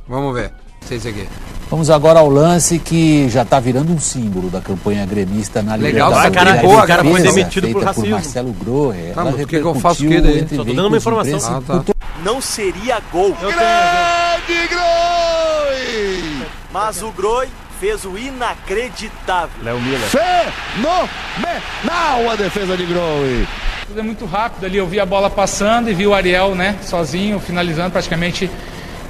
Vamos ver. Não sei se é aqui.
Vamos agora ao lance que já está virando um símbolo da campanha gremista na
Legal,
Libertadores.
cara,
A
boa, cara,
foi
defesa
demitido por
feita
racismo.
Marcelo Grohe,
Tá,
ela
mas o que que eu faço com ele
repercutiu
aí?
entre
Só tô dando uma
veículos de
informação.
imprensa e
Ah, tá.
não seria gol.
Grande Groi!
Mas o Groi fez o inacreditável.
Léo Miller.
Fenomenal a defesa de Groi!
Tudo é muito rápido ali, eu vi a bola passando e vi o Ariel, né, sozinho, finalizando praticamente,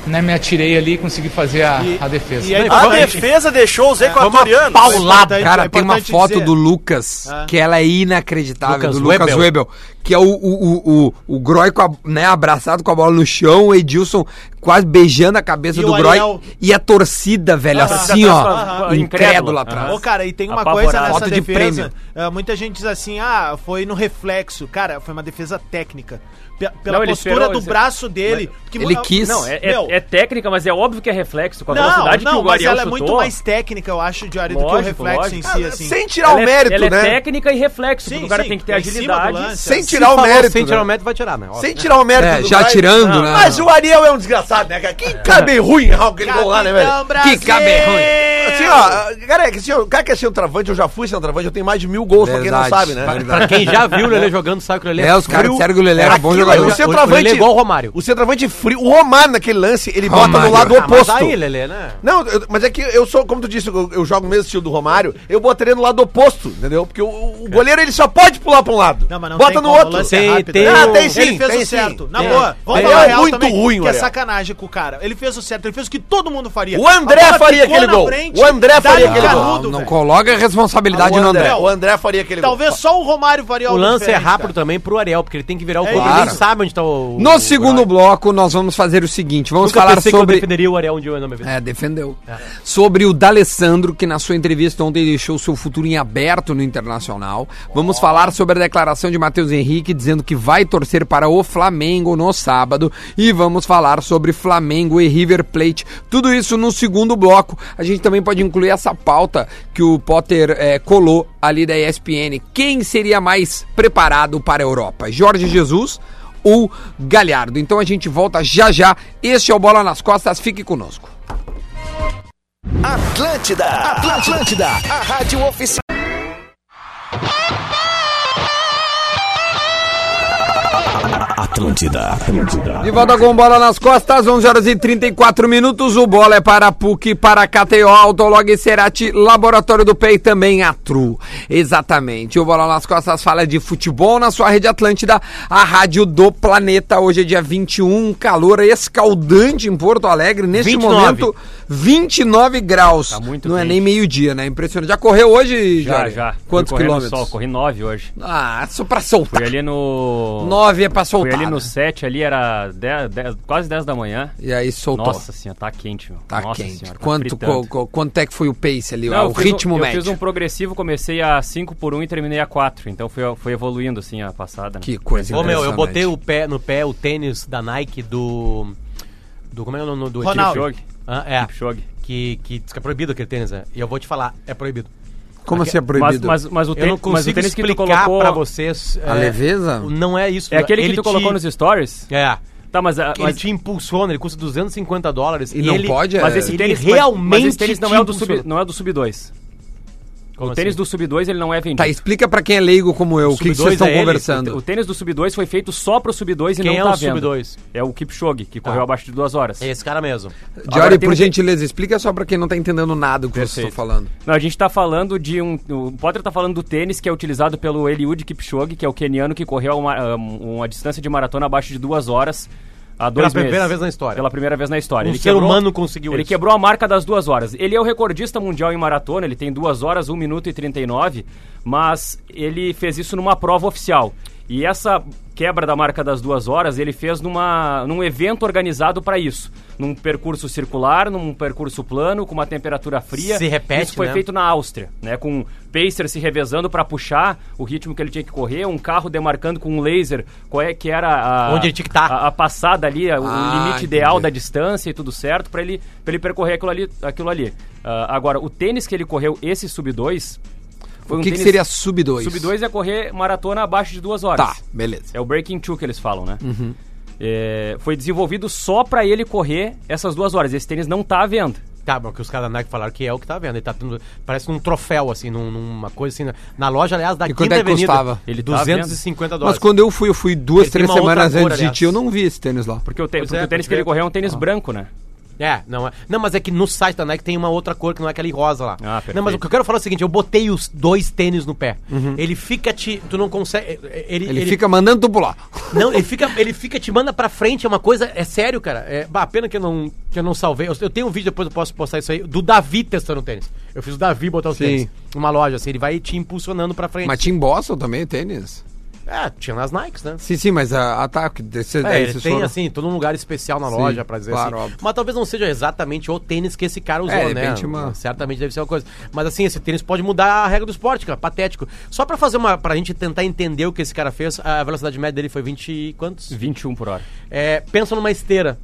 né, me atirei ali e consegui fazer a, a defesa.
E aí,
A
vamos-
defesa deixou os equatorianos.
Paulada.
Cara, tem uma
importante
foto
dizer.
do Lucas que ela é inacreditável,
Lucas
do Lucas
Webel.
Webel. que é o, o, o, o, o Groy com a- né, abraçado com a bola no chão, o Edilson quase beijando a cabeça
E
do
o
Groy
Ariel.
e a torcida, velho, assim, ó, incrédula atrás.
Ô, cara, e tem uma
Apavorado.
coisa nessa
Foto de
defesa.
prêmio.
eh, muita gente diz assim, ah, foi no reflexo. Cara, foi uma defesa técnica. Pe- pela
Não, ele
postura
esperou,
do
ele-
braço dele. que
Ele
mu-
quis.
Não, é, é-
Meu.
é técnica, mas é óbvio que é reflexo. Com a
Não,
velocidade que
não,
o
mas
Ariel
ela
chutou.
é muito mais técnica, eu acho, de área do que o
Lógico,
reflexo em
lógico.
si, assim.
Sem tirar o
Ela é-
mérito,
ela
né?
é técnica e reflexo,
Sim,
porque o cara
sim, é
tem que ter
em cima do
agilidade.
lance.
Sem
Se
tirar o
falou
mérito.
Sem tirar o
né?
mérito, vai tirar, né? Ó.
Sem tirar o mérito.
É,
do Ah.
já
Groy.
tirando,
Não,
né?
Mas o Ariel é um desgraçado, né, cara? Que cabe ruim, aquele gol lá, né, velho?
Capitão Brasil!
Que caberrão.
assim, ó, cara, é que assim, ó, o cara que é centroavante, eu já fui centroavante, eu tenho mais de mil gols, pra quem não
Verdade,
sabe, né?
verdade.
Pra quem já viu o Lelê [laughs] jogando, sabe que o Lelê
É, os caras
frio.
disseram que o Lelê era bom
Aquilo
jogador.
é o centroavante.
O Lelê é igual o Romário.
O centroavante frio, o Romário naquele lance, ele bota
Romário.
no lado
Ah, mas
oposto.
aí, Lelê, né?
Não, eu- mas é que eu sou, como tu disse, eu, eu jogo o mesmo estilo do Romário, eu botaria no lado oposto, entendeu? Porque o, o goleiro ele só pode pular pra um lado.
Não, mas não
Bota
tem
no
como, o
outro. Ah,
lance é
Tem-
rápido.
tem
Ele
o- tem sim,
fez
tem
o certo.
sim.
Na
Tem.
boa. Vamos
Tem.
falar a
É
real
muito
também,
ruim,
que é
Ariel.
sacanagem com o cara. Ele fez o certo, ele fez o que todo mundo faria.
O André
A bola
faria
ficou
aquele
na
gol. O André
dá-lhe
faria
um
aquele gol.
Ah,
canudo,
Não, não
velho.
coloca a responsabilidade
o,
no
André,
André.
o André faria aquele
Talvez
gol.
só o Romário faria
O
algo
lance é
diferente,
rápido
cara.
também pro Ariel, porque ele tem que virar o
É
corpo, ele
claro.
nem sabe onde tá o...
No
o-
segundo
o-
bloco, nós vamos fazer o seguinte: vamos
Nunca
falar
pensei que eu
sobre.
defenderia o Ariel um dia, mas não me
É, defendeu. Sobre o D'Alessandro, que na sua entrevista ontem deixou seu futuro em aberto no Internacional. Vamos falar sobre a declaração de Matheus Henrique dizendo que vai torcer para o Flamengo no sábado. E vamos falar sobre Flamengo e River Plate. Tudo isso no segundo bloco. A gente também pode incluir essa pauta que o Potter eh, colou ali da ESPN. Quem seria mais preparado para a Europa? Jorge Jesus ou Galhardo? Então a gente volta já já. Este é o Bola nas Costas. Fique conosco.
Atlântida, Atlântida, a rádio oficial.
Atlântida.
De volta com bola nas costas, 11 horas e 34 minutos. O bola é para a PUC, para a KTO, Autolog Serati, Laboratório do Pé e também a Tru. Exatamente. O Bola nas Costas fala de futebol na sua rede Atlântida, a rádio do planeta. Hoje é dia 21, calor escaldante em Porto Alegre. Neste
29.
momento, 29 graus.
Tá muito
Não é
quente.
nem meio-dia, né? Impressionante. Já correu hoje,
Já,
Jorge?
já. Fui
Quantos
correr no
quilômetros?
Sol, corri nove hoje.
Ah, só pra
Fui
soltar.
ali no...
9 é pra
Fui
soltar.
ali no
né?
7, ali era dez- dez- quase 10 da manhã.
E aí soltou.
Nossa senhora, tá quente, meu.
Tá
Nossa
quente.
senhora, tá
quanto,
fritando.
co- co- quanto é que foi o pace ali?
Não,
o
eu fiz
ritmo
um,
médio.
Eu fiz um progressivo, comecei a 5 por 1 e terminei a 4. Então foi, foi evoluindo assim a passada. né?
Que coisa
Ô, meu, eu
É, impressionante.
botei o pé, no pé o tênis da Nike do... do como é o nome do...
Ronaldo.
Kipchoge.
Ah, é,
Kipchoge.
que, que diz que é proibido aquele tênis, né? E eu vou te falar, é proibido.
Como assim é
Mas,
proibido?
mas, mas o
Eu não
tênis, mas o
consigo
tênis que tu
explicar
colocou...
pra vocês...
A
é,
leveza?
Não é isso.
É aquele que
Ele
tu colocou
te-
nos stories?
É.
Tá, mas, a-
Ele
mas,
te impulsiona, ele custa 250 dólares.
E não pode, é-
mas esse
ele
tênis mas-
realmente
mas esse tênis não é o do
te
sub,
impulsiona.
não é o do sub 2.
Como
o tênis
assim?
do sub 2 ele não é vendido.
Tá, explica pra quem é leigo como eu o que, que vocês
Sub-dois
estão
é ele,
conversando.
O tênis do sub 2 foi feito só pro sub 2 e
Quem
não
é
tá
o Tá.
vendo.
sub-2?
É o Kipchoge, que correu abaixo de duas horas.
É esse cara mesmo.
Diori,
Agora tem
por
um-
gentileza, explica só pra quem não tá entendendo nada do que vocês
Perfeito.
estão falando.
Não, a gente tá falando de um. O Potter tá falando do tênis que é utilizado pelo Eliud Kipchoge, que é o queniano que correu uma, um, uma distância de maratona abaixo de duas horas há dois meses.
primeira vez na história.
Pela primeira vez na história.
Um ser humano conseguiu
Ele
isso.
quebrou a marca das duas horas. Ele é o recordista mundial em maratona, ele tem duas horas, 1 minuto e 39, mas ele fez isso numa prova oficial. E essa quebra da marca das duas horas ele fez numa, num evento organizado para isso. Num percurso circular, num percurso plano, com uma temperatura fria.
Se repete,
Isso foi
né?
feito na Áustria, né? Com pacer se revezando para puxar o ritmo que ele tinha que correr, um carro demarcando com um laser qual é que era a,
Onde ele tinha que tá.
a, a passada ali, a- o
Ah,
limite ideal
entendi.
da distância e tudo certo para ele, pra ele percorrer aquilo ali. Aquilo ali. Ah, agora, o tênis que ele correu, esse sub 2, foi
O que, que seria sub 2?
um Sub 2 é correr maratona abaixo de duas horas.
Tá, Uhum. beleza.
É o Breaking Two que eles falam, né? É, foi desenvolvido só para ele correr essas duas horas. Esse tênis não tá à venda.
Tá, mas que os caras da Nike falaram que é o que tá vendo. Ele tá tendo, parece um troféu, assim, num- numa coisa assim. na- Na loja, aliás, da
E quanto é que custava?
Ele
Ele tá
250
Mas
dólares.
quando eu fui, eu fui duas,
Ele tem
três
uma outra
semanas
cor,
antes de
aliás.
ti, eu não vi esse tênis lá.
Porque o, te-
Pois
porque
é,
o tênis
pode
que ele
ver.
correu é um tênis branco, né?
É, não é. Não, mas é que no site da Nike tem uma outra cor que não é aquele rosa lá.
Ah, perfeito.
não, mas o que eu quero falar é o seguinte: eu botei os dois tênis no pé. Ele fica te. Tu não consegue. Ele,
Uhum. Ele, fica mandando tu pular. [laughs]
Não, ele fica, ele fica te manda pra frente, é uma coisa, é sério, cara. É, bah, pena que eu não, que eu não salvei. Eu, eu tenho um vídeo, depois eu posso postar isso aí, do Davi testando tênis. Eu fiz o Davi botar os
Sim.
tênis numa loja, assim, ele vai te impulsionando pra frente.
Mas tinha em Boston também o tênis?
É, tinha nas Nikes, né?
Sim, sim, mas a tá, ataque.
É, ele tem, assim, todo um lugar especial na
né, Sim,
loja, pra dizer
claro,
assim.
óbvio.
Mas talvez não seja exatamente o tênis que esse cara usou,
É, de
né?
repente uma-
Certamente deve ser uma coisa. Mas assim, esse tênis pode mudar a regra do esporte, cara. Patético. Só pra fazer uma. pra gente tentar entender o que
[laughs]
esse cara fez, a velocidade média dele foi 20 e quantos?
21 por hora.
É, pensa numa esteira.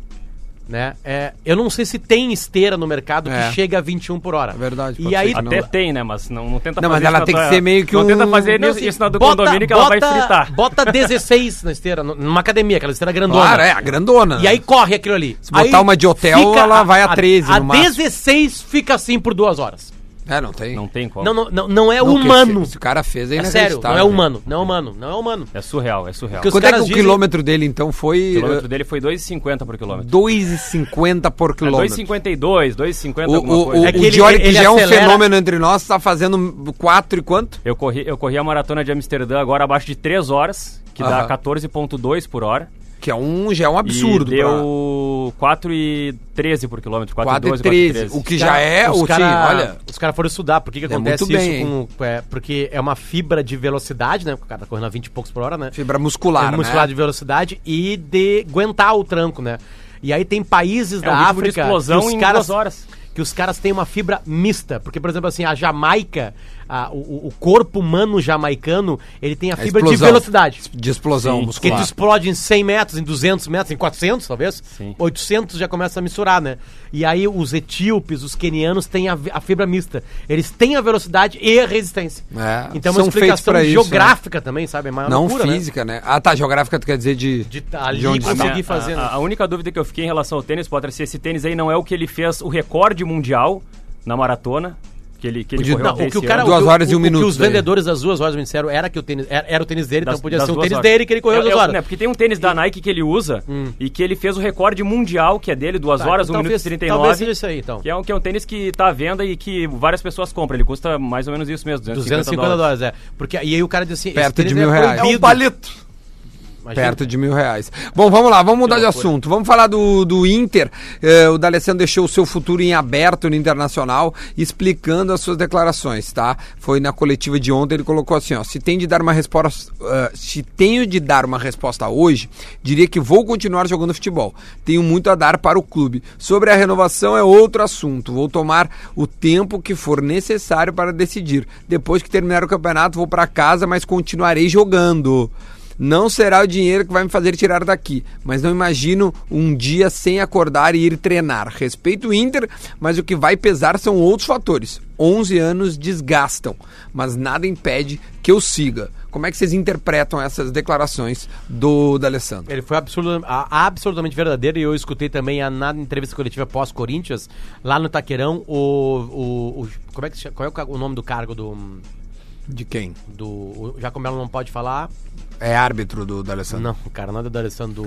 Né? É, eu não sei se tem esteira no mercado
É.
que chega a 21 por hora.
É verdade, pode
E aí,
ser que
tu-
Até tem, né? Mas não, não tenta
Não, mas
fazer isso
ela
na
tem que
tua-
ser meio que
não
um-
Não tenta fazer
Não,
isso,
assim,
isso na do
bota-
condomínio que ela vai
bota-
fritar.
Bota 16 na esteira, no- numa academia, aquela esteira grandona.
Claro, é, a grandona.
E aí corre aquilo ali. Se
botar uma de hotel, ela vai a 13
A,
no máximo.
16 fica assim por duas horas.
É, não tem.
Não tem como.
Não, não, não, não é
Não, que
humano.
Se, se o cara fez, é
É sério,
inacreditável,
não é
né?
humano. Não é humano, não é humano.
É surreal, é surreal.
Porque os
Quanto é que o
caras dizem-
quilômetro dele, então,
O
foi
quilômetro
eh,
dele foi 2,50 por quilômetro.
2,50 por
É
quilômetro?
2,52, 2,50
O,
alguma
o,
coisa.
o,
É
o
que ele-
Diori, que
ele
já é um
acelera-
fenômeno entre nós, tá fazendo 4 e quanto?
Eu corri, eu corri a maratona de Amsterdã agora abaixo de 3 horas, que dá
Aham.
14,2 por hora.
Que é um, já é um
E
absurdo.
deu 4,13 por quilômetro, 4,12,
4,13. O
4,13.
que já é,
os
o
cara-
sim, olha.
Os caras foram estudar por que, que
É
acontece
muito bem,
isso. com- é, porque é uma fibra de velocidade, né? O cara tá correndo a 20 e poucos por hora, né?
Fibra muscular,
É
né?
muscular de velocidade e de aguentar o tranco, né? E aí tem países
É
da
um ritmo de
África
explosão
que os
em
caras
duas horas.
que os caras têm uma fibra mista, porque por exemplo assim a Jamaica, a- o- o, o corpo humano jamaicano ele tem a
É
fibra de
explosão.
velocidade.
De explosão
Que tu
muscular.
explode em 100 metros, em 200 metros, em 400 talvez,
Sim.
800 já começa a misturar, né? E aí os etíopes, os quenianos têm a, vi- a fibra mista. Eles têm a velocidade e a resistência.
É,
então é
são
uma
feitos
explicação
pra isso, né?
geográfica também, sabe? É uma
Não
loucura, né?
física, né? Ah, tá, geográfica tu quer dizer de...
De tá ali
De onde
A,
está.
conseguir
minha,
fazer. né?
a, a única dúvida que eu fiquei em relação ao tênis, Potter, é se esse tênis aí não é o que ele fez o recorde mundial na maratona, que ele, que ele
De-
correu
Não, o que o
esse
cara.
ano.
Duas
né? o, que-
horas e um
o, O
minuto
que os
daí.
vendedores das duas horas me disseram era que o tênis era, era o tênis dele,
Das-
então podia
das
ser um
duas
tênis
horas.
dele que ele correu
É,
duas
é,
horas. Hum.
né, porque tem um tênis da Nike que ele usa e que ele fez o recorde mundial, que é dele, 2 horas, 1 minuto e 39.
Tá, então Talvez seja isso aí, então.
Que é, um, que é um tênis que tá à venda e que várias pessoas compram. Ele custa mais ou menos isso mesmo, 250,
250
dólares.
dólares, é. Porque, e aí o cara disse assim:
Perto de
tênis
mil reais.
É um
proibido.
palito.
Imagina.
Perto de mil reais. Bom, vamos lá, vamos mudar de assunto. Vamos falar do, do Inter. Eh, o D'Alessandro deixou o seu futuro em aberto no Internacional, explicando as suas declarações, tá? Foi na coletiva de ontem, ele colocou assim, ó, se tem de dar uma resposta, eh, se tenho de dar uma resposta hoje, diria que vou continuar jogando futebol. Tenho muito a dar para o clube. Sobre a renovação é outro assunto. Vou tomar o tempo que for necessário para decidir. Depois que terminar o campeonato, vou para casa, mas continuarei jogando. Não será o dinheiro que vai me fazer tirar daqui, mas não imagino um dia sem acordar e ir treinar. Respeito o Inter, mas o que vai pesar são outros fatores. 11 anos desgastam, mas nada impede que eu siga. Como é que vocês interpretam essas declarações do D'Alessandro?
Ele foi absurdo- a- absolutamente verdadeiro e eu escutei também a, na entrevista coletiva pós-Corinthians, lá no Taquerão, o. o, o- como é que se chama? Qual é o, ca- o nome do cargo do.
De quem?
do o, já como ela não pode falar.
É árbitro do D'Alessandro.
Não, cara, nada
[laughs]
da Alessandro.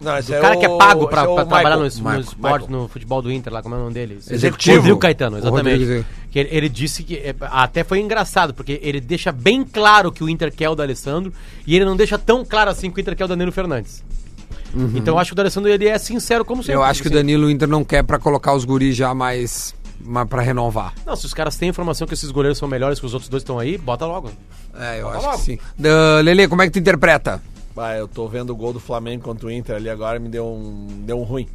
Não, esse
Do
é
cara que é pago pra,
esse é o
pra trabalhar
Michael.
no, es- no
Michael,
esporte, no futebol do Inter, lá, como é o nome dele?
Executivo.
Rodrigo Caetano,
O
exatamente.
Rodrigo.
Que ele, ele disse que. é, Até foi engraçado, porque ele deixa bem claro que o Inter quer o D'Alessandro e ele não deixa tão claro assim que o Inter quer o Danilo Fernandes. Então eu acho que o D'Alessandro ele é sincero como sempre.
Uhum. Eu acho que o
assim.
Danilo o Inter não quer pra colocar os guris já mais mas para renovar.
Não, se os caras têm informação que esses goleiros são melhores que os outros dois que estão aí, bota logo.
É, eu acho que sim. Da- Lele, como é que tu interpreta?
Ah, eu tô vendo o gol do Flamengo contra o Inter ali agora me deu um, deu um ruim.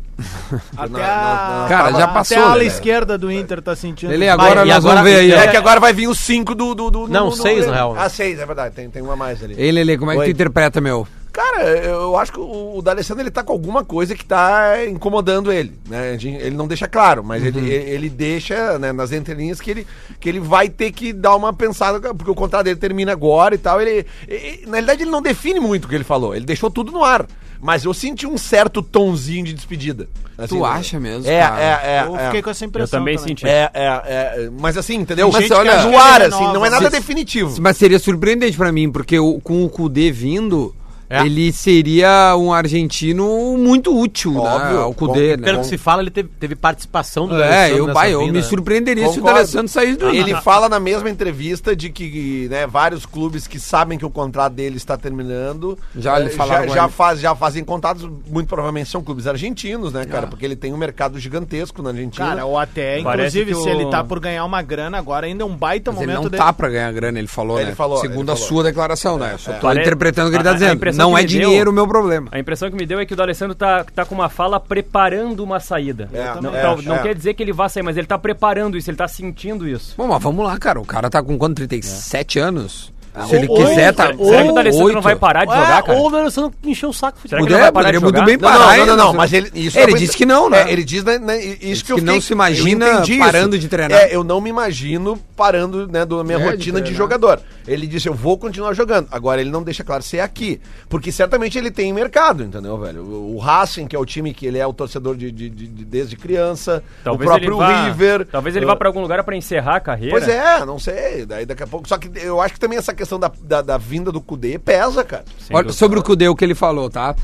Até
na- na-
a-
na-
Cara,
até
já passou,
a ala
Lelé.
esquerda do Inter tá sentindo.
Lele, agora
e
nós
agora-
vamos ver aí.
É,
ó.
É que agora vai vir os cinco do. do, do
Não, seis,
no
na
né?
real.
Ah, seis, é verdade. Tem, tem uma a mais ali.
Ei, Lele, como é
Oi.
que tu interpreta, meu?
Cara, eu acho que o o D'Alessandro ele tá com alguma coisa que tá incomodando ele, né? A gente- Ele não deixa claro, mas
Uhum.
ele, ele deixa né, nas entrelinhas que ele, que ele vai ter que dar uma pensada, porque o contrato dele termina agora e tal. Ele, e- e- na realidade, ele não define muito o que ele falou, ele deixou tudo no ar. Mas eu senti um certo tonzinho de despedida. Assim,
Tu
né?
acha mesmo,
É,
cara?
é, é.
eu
é.
fiquei com essa
Eu
impressão.
também senti.
É, é, é, mas assim, entendeu?
Mas
Gente
olha-
que no ar,
Ele
assim, não é
renova.
nada
Mas-
definitivo.
Mas seria surpreendente pra mim, porque o- com o Kudê vindo,
É.
ele seria um argentino muito útil né,
Óbvio.
ao Kudê, né?
Pelo que se fala, ele teve, teve participação do
É, eu,
nessa
bah, eu
vinda,
me
né?
surpreenderia se o
Concordo.
D'Alessandro saísse do
Ele
Inter.
fala na mesma entrevista de que né, vários clubes que sabem que o contrato dele está terminando
Já lhe
eh,
falaram
já,
com
já
ele.
faz, já fazem contatos, muito provavelmente são clubes argentinos, né,
É.
cara? Porque ele tem um mercado gigantesco na Argentina.
Cara, ou até,
Parece
inclusive,
que
se
o-
ele tá por ganhar uma grana agora, ainda é um baita
Mas ele
momento
não
dele.
tá pra ganhar grana, ele falou,
Ele
né?
falou,
Segundo
ele
a
falou. É,
sua declaração, né? Eu só tô
Pare-
interpretando o que ele
a-
tá
a
dizendo.
impressão
Não
que
é
me
dinheiro
deu-
o meu problema.
A impressão que me deu é que o D'Alessandro tá, tá com uma fala preparando uma saída.
É,
não
é,
tal- não
é.
quer dizer que ele vá sair, mas ele tá preparando isso, ele tá sentindo isso.
Bom, mas vamos lá, cara. O cara tá com quanto? 37 anos?
Ah,
Se ele quiser, tá.
Será que o D'Alessandro
oito.
não vai parar de jogar, cara?
Ou o Alessandro encheu o saco.
Será que ele
Poderia-
vai parar de
poderia muito
jogar?
bem
Não,
parar.
não, não,
hein,
não,
Alessandro?
não, mas ele. Isso
né? Ele
foi-
disse que não, né?
É, ele diz, né, né, isso que, eu
que não
fiquei-
se imagina
eu entendi
parando de treinar.
É, eu não me imagino parando né, da minha
É, de
rotina de,
treinar.
jogador. Ele disse, eu vou continuar jogando. Agora, ele não deixa claro se é aqui. Porque certamente ele tem mercado, entendeu, velho? O, o Racing, que é o time que ele é o torcedor de, de- de- de- desde criança.
Talvez
o próprio
ele vá,
River.
Talvez ele
Ah,
vá pra algum lugar pra encerrar a carreira.
Pois é, não sei. Daí daqui a pouco. Só que eu acho que também essa questão da, da, da vinda do Cudê pesa, cara.
Sem
Olha,
dúvida.
sobre o Cudê, o que ele falou, tá?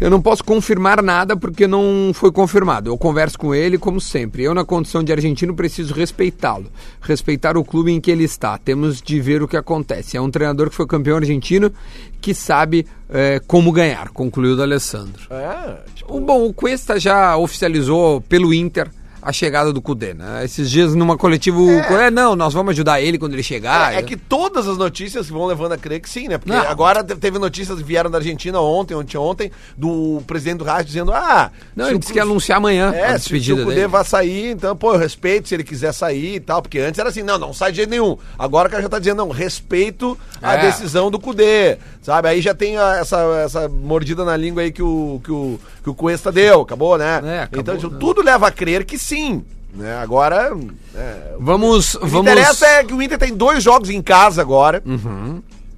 Eu não posso confirmar nada porque não foi confirmado. Eu converso com ele, como sempre. Eu, na condição de argentino, preciso respeitá-lo. Respeitar o clube em que ele está. Temos de ver o que acontece. É um treinador que foi campeão argentino que sabe eh, como ganhar, concluiu o Alessandro.
É, tipo,
O, bom, o Cuesta já oficializou pelo Inter a chegada do Cudê, né? Esses dias numa coletiva, o Cudê, "É, não, nós vamos ajudar ele quando ele chegar.
é, é que todas as notícias vão levando a crer que sim, né? Porque
Não.
agora te- teve notícias que vieram da Argentina ontem, ontem, ontem, do presidente do Rádio dizendo: ah.
Não,
se
ele
o
disse
Cu-
que ia anunciar amanhã a
É, se, se
despedida
o Cudê
dele.
vai sair, então, pô, eu respeito se ele quiser sair e tal, porque antes era assim, não, não sai de jeito nenhum. Agora o cara já tá dizendo, não, respeito a
É.
decisão do Cudê, sabe? Aí já tem a- essa, essa mordida na língua aí que o, que o, que o Cuesta deu, acabou, né?
É, acabou,
então, tipo,
né?
tudo leva a crer que sim, né? Agora, é,
Vamos,
o que
vamos...
interessa é que o Inter tem dois jogos em casa agora.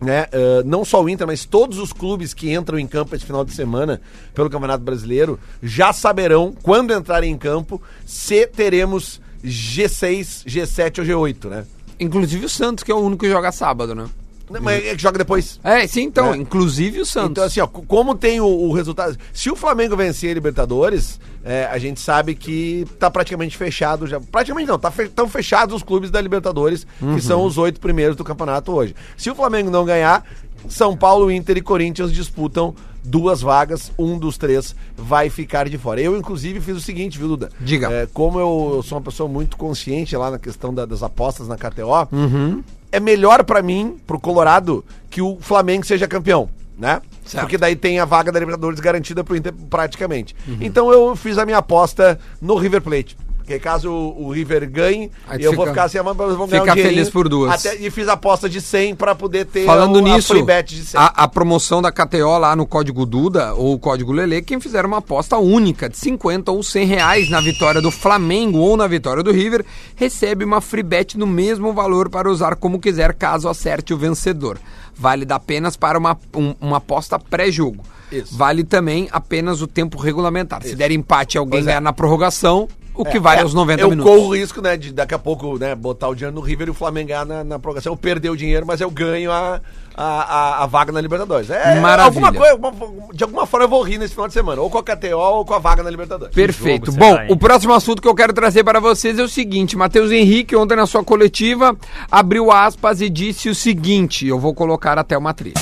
Né? Ah, não só o Inter, mas todos os clubes que entram em campo esse final de semana pelo Campeonato Brasileiro já saberão, quando entrarem em campo, se teremos G6, G7 ou G8, né?
Inclusive o Santos, que é o único que joga sábado, né?
Não, mas é que joga depois.
É, sim, então.
É.
Inclusive o Santos.
Então, assim, ó, co- como tem o, o resultado. Se o Flamengo vencer a Libertadores, é, a gente sabe que tá praticamente fechado já. Praticamente não, tá fe- tão fechados os clubes da Libertadores, que são
Uhum.
os oito primeiros do campeonato hoje. Se o Flamengo não ganhar, São Paulo, Inter e Corinthians disputam duas vagas, um dos três vai ficar de fora. Eu, inclusive, fiz o seguinte, viu, Duda?
Diga.
É, como eu, eu sou uma pessoa muito consciente lá na questão da- das apostas na KTO,
Uhum.
é melhor pra mim, pro Colorado, que o Flamengo seja campeão, né?
Certo.
Porque daí tem a vaga da Libertadores garantida pro Inter praticamente.
Uhum.
Então eu fiz a minha aposta no River Plate. Porque caso o o River ganhe,
Aí tu
eu vou
fica-
ficar sem a mão, mas vão ganhar
fica
um dinheirinho.
feliz por duas.
Até- e fiz a aposta de 100 pra poder ter
Falando
o-
nisso,
a free bet de 100.
a, a promoção da KTO lá no código Duda ou código Lele, quem fizer uma aposta única de 50 ou 100 reais na vitória do Flamengo ou na vitória do River, recebe uma free bet no mesmo valor para usar como quiser caso acerte o vencedor. Válida apenas para uma, um- uma aposta pré-jogo.
Isso.
Vale também apenas o tempo regulamentar. Se der empate e alguém ganhar na prorrogação, o que
É,
vale
é,
aos 90
eu
minutos.
corro o risco, né, de daqui a pouco, né, botar o dinheiro no River e o Flamengo ganhar na, na prorrogação, eu perder o dinheiro, mas eu ganho a, a, a- a vaga na Libertadores. É,
Maravilha.
alguma coisa, uma- de alguma forma eu vou rir nesse final de semana, ou com a KTO ou com a vaga na Libertadores.
Perfeito.
jogo será,
Bom,
hein?
o próximo assunto que eu quero trazer para vocês é o seguinte: Matheus Henrique, ontem na sua coletiva, abriu aspas e disse o seguinte: eu vou colocar até uma trilha.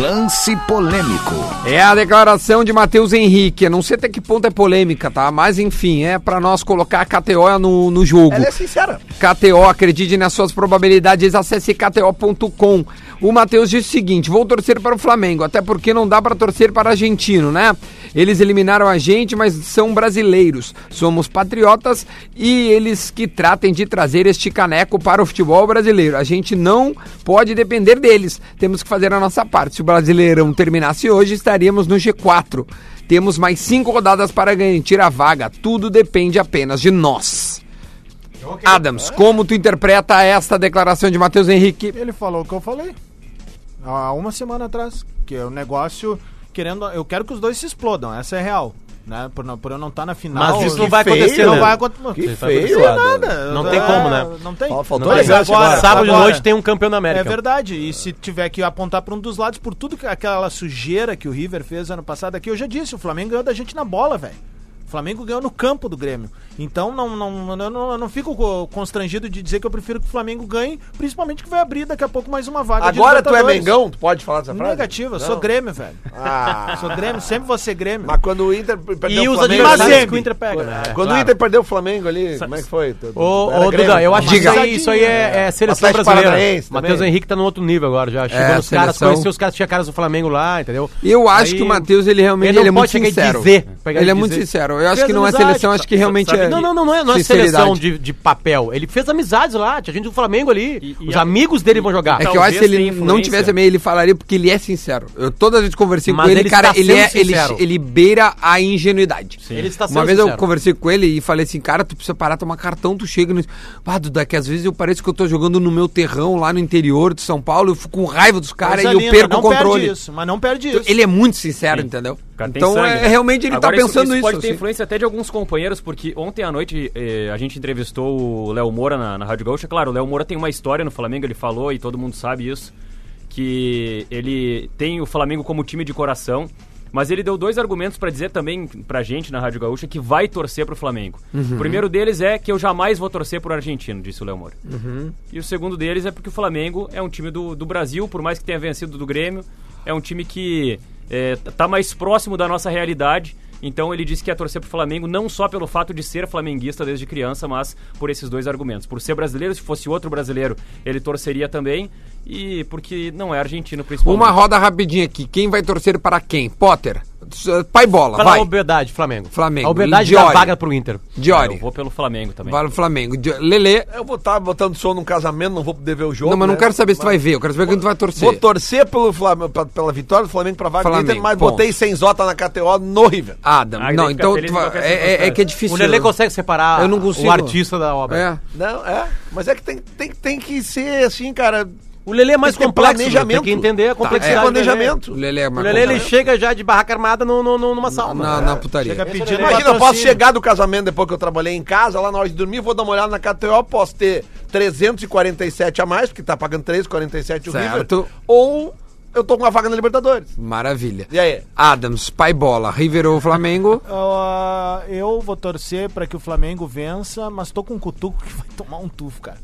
Lance polêmico.
É a declaração de Matheus Henrique. Eu Não sei até que ponto é polêmica, tá? Mas enfim, é para nós colocar a KTO no, no jogo.
Ela é sincera.
KTO, acredite nas suas probabilidades, acesse kto.com. O Matheus disse o seguinte: vou torcer para o Flamengo, até porque não dá para torcer para argentino, né? Eles eliminaram a gente, mas são brasileiros. Somos patriotas e eles que tratem de trazer este caneco para o futebol brasileiro. A gente não pode depender deles. Temos que fazer a nossa parte. Se o Brasileirão terminasse hoje, estaríamos no G4. Temos mais cinco rodadas para garantir a vaga. Tudo depende apenas de nós. Adams, como tu interpreta esta declaração de Matheus Henrique?
Ele falou o que eu falei. Há uma semana atrás. Que é o negócio querendo. Eu quero que os dois se explodam, essa é real. Né? Por, não- por eu não estar na final.
Mas isso
eu-
não vai
que feio,
acontecer,
Não
né?
vai acontecer.
Que
vai acontecer
feio, Adam.
nada.
Não tem
É,
como, né?
Não tem.
Fal-
Não
Faltou
tem.
Mas
elegância
agora-
agora.
Sábado de
agora-
noite tem um campeão da América.
É verdade. E se tiver que apontar para um dos lados, por tudo que aquela sujeira que o River fez ano passado aqui, eu já disse, o Flamengo ganhou da gente na bola, velho. O Flamengo ganhou no campo do Grêmio. Então não, não, eu, não, eu não fico co- constrangido de dizer que eu prefiro que o Flamengo ganhe, principalmente que vai abrir daqui a pouco mais uma vaga de
Agora tu é
Libertadores.
Mengão? Tu pode falar dessa frase?
Negativo, eu
Não?
sou Grêmio, velho.
Ah.
Sou Grêmio, sempre vou ser Grêmio.
Mas quando o Inter perdeu
E
o
os
Flamengo...
adversários
adversários
Mas
que o Inter pega, né?
Quando o Inter perdeu o Flamengo ali, como é que foi? Tu- tu-
Ô,
era
ô
Grêmio?
Duda, eu acho que isso
Diga.
aí, isso aí é, é seleção
Atlético
brasileira.
Paranaense
Matheus
também.
Henrique tá num outro nível agora, já chegou
É,
nos caras,
seleção.
conheceu os caras, tinha caras do Flamengo lá, entendeu?
Eu acho
Aí-
que o Matheus, ele realmente
Ele não
ele é
pode
muito
chegar e
sincero.
dizer, pegar
ele
e
é muito
dizer.
sincero. seleção. Eu acho
Fez
que não é
amizade,
seleção, acho que
sa-
realmente
sabe-
é.
Não, não, não, não é, não é
sinceridade.
seleção de, de papel. Ele fez amizades lá, tinha gente do Flamengo ali.
E- e
os
a-
amigos dele vão jogar.
É que eu
Talvez
acho que se ele
tenha
não
influência.
tivesse e-mail, ele falaria porque ele é sincero. Eu toda vez que conversei
Mas
com ele,
ele
cara,
está
ele, é,
sendo
ele,
sincero.
ele beira a ingenuidade.
Ele está sendo
Uma vez eu
sincero.
conversei com ele e falei assim, cara, tu precisa parar, tomar cartão, tu chega no... Ah, Duda, que às vezes eu pareço que eu tô jogando no meu terrão lá no interior de São Paulo, eu fico com raiva dos caras e
Coisa
eu
linda,
perco
não
o controle.
Perde isso, mas não perde isso.
Ele é muito sincero, entendeu?
O cara tem
Então,
sangue,
é,
né?
realmente ele
Agora,
tá pensando isso.
Pode ter
assim.
influência até de alguns companheiros, porque ontem à noite eh, a gente entrevistou o Léo Moura na, na Rádio Gaúcha. Claro, o Léo Moura tem uma história no Flamengo, ele falou e todo mundo sabe isso, que ele tem o Flamengo como time de coração. Mas ele deu dois argumentos pra dizer também pra gente na Rádio Gaúcha que vai torcer pro Flamengo.
Uhum.
O primeiro deles é que eu jamais vou torcer pro argentino, disse o Léo Moura. E o segundo deles é porque o Flamengo é um time do, do Brasil, por mais que tenha vencido do Grêmio, é um time que é, tá mais próximo da nossa realidade. Então ele disse que ia torcer pro Flamengo não só pelo fato de ser flamenguista desde criança, mas por esses dois argumentos. Por ser brasileiro, se fosse outro brasileiro, ele torceria também. E porque não é argentino, principalmente.
Uma roda rapidinha aqui. Quem vai torcer para quem? Potter. S- eh, Pai bola,
Fala a
vai.
obedade, Flamengo.
Flamengo.
A obedade
Diori.
da vaga pro Inter.
Eu
Diori.
vou pelo Flamengo também.
Vai no Flamengo. Di- Lele.
Eu vou estar botando som num casamento, não vou poder ver o jogo.
Não, mas não
né?
quero saber se tu vai ver. Eu quero saber quem tu vai torcer.
Vou torcer pelo Flamengo, pra- pela vitória do Flamengo pra vaga do
Flamengo,
Inter, mas
ponto.
botei sem zota na KTO no River.
Adam.
Ah,
não,
tem que
então tu
ficar feliz em
vai-
qualquer
é, é- é que é difícil.
O Lelê
né?
consegue separar
Eu não consigo.
o artista da obra.
É.
Não, é. Mas é que tem, tem, tem que ser assim, cara.
O Lelê é mais
Tem que ter um
complexo, né?
planejamento.
tem que entender a
Tem que ser
complexidade. do Lelê.
planejamento.
O Lelê é
O
mais
Lelê ele
complicado.
chega já de barraca armada no, no- no- numa sala.
na, na putaria.
Chega Tá pedindo
Imagina, eu
patrocínio.
posso chegar do casamento depois que eu trabalhei em casa, lá na hora de dormir, vou dar uma olhada na KTO, posso ter 347 a mais, porque tá pagando 347 o
Certo.
River. Ou eu tô com uma vaga na Libertadores.
Maravilha.
E aí?
Adams, pai bola, River ou Flamengo?
Ah, eu vou torcer pra que o Flamengo vença, mas tô com um cutuco que vai tomar um tufo, cara.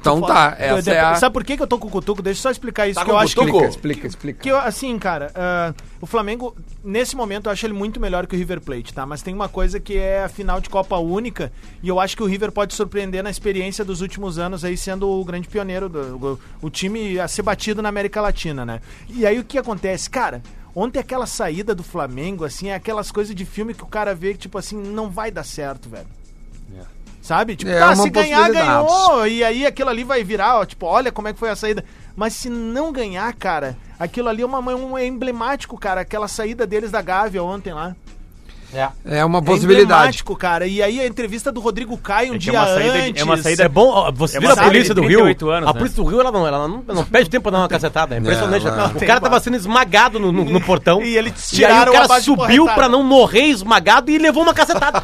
Então tá, essa é a...
Sabe por que que eu tô com o cutuco? Deixa eu só explicar isso,
Tá
que
com
eu acho que
cutuco?
Explica, explica, explica.
Que eu, assim, cara, ah, o Flamengo, nesse momento, eu acho ele muito melhor que o River Plate, tá? Mas tem uma coisa que é a final de Copa Única, e eu acho que o River pode surpreender na experiência dos últimos anos, aí sendo o grande pioneiro, do, o, o time a ser batido na América Latina, né? E aí o que acontece? Cara. Ontem aquela saída do Flamengo, assim, é aquelas coisas de filme que o cara vê que, tipo assim, não vai dar certo, velho. Sabe? Tipo,
É
tá,
uma
se ganhar,
possibilidade.
ganhou. E aí aquilo ali vai virar, ó, tipo, olha como é que foi a saída. Mas se não ganhar, cara, aquilo ali é, uma, um é emblemático, cara. Aquela saída deles da Gávea ontem lá.
É uma
É
possibilidade.
emblemático, cara. E aí a entrevista do Rodrigo Caio um
É que é
dia
uma saída de- é
antes.
uma saída
É bom, ó, você
É
viu a
uma saída
polícia
de
do Rio?
38 anos,
a
né?
polícia do Rio, ela não, ela não, não perde tempo pra
[laughs]
dar uma cacetada. É impressionante.
Não, não.
O cara tava sendo esmagado no, no- no portão.
E eles
aí
tiraram
o
a
cara
base
subiu
porretada.
pra não morrer esmagado e levou uma
[laughs]
cacetada.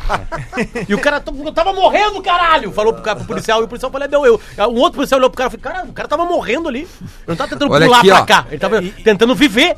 e o cara t- tava morrendo, caralho! Falou pro, cara, pro policial e o policial falou: deu eu. Um outro policial olhou pro cara e falou: cara, o cara tava morrendo ali. Ele não tava tentando
Olha
pular
aqui,
pra
ó.
cá. Ele tava tentando viver.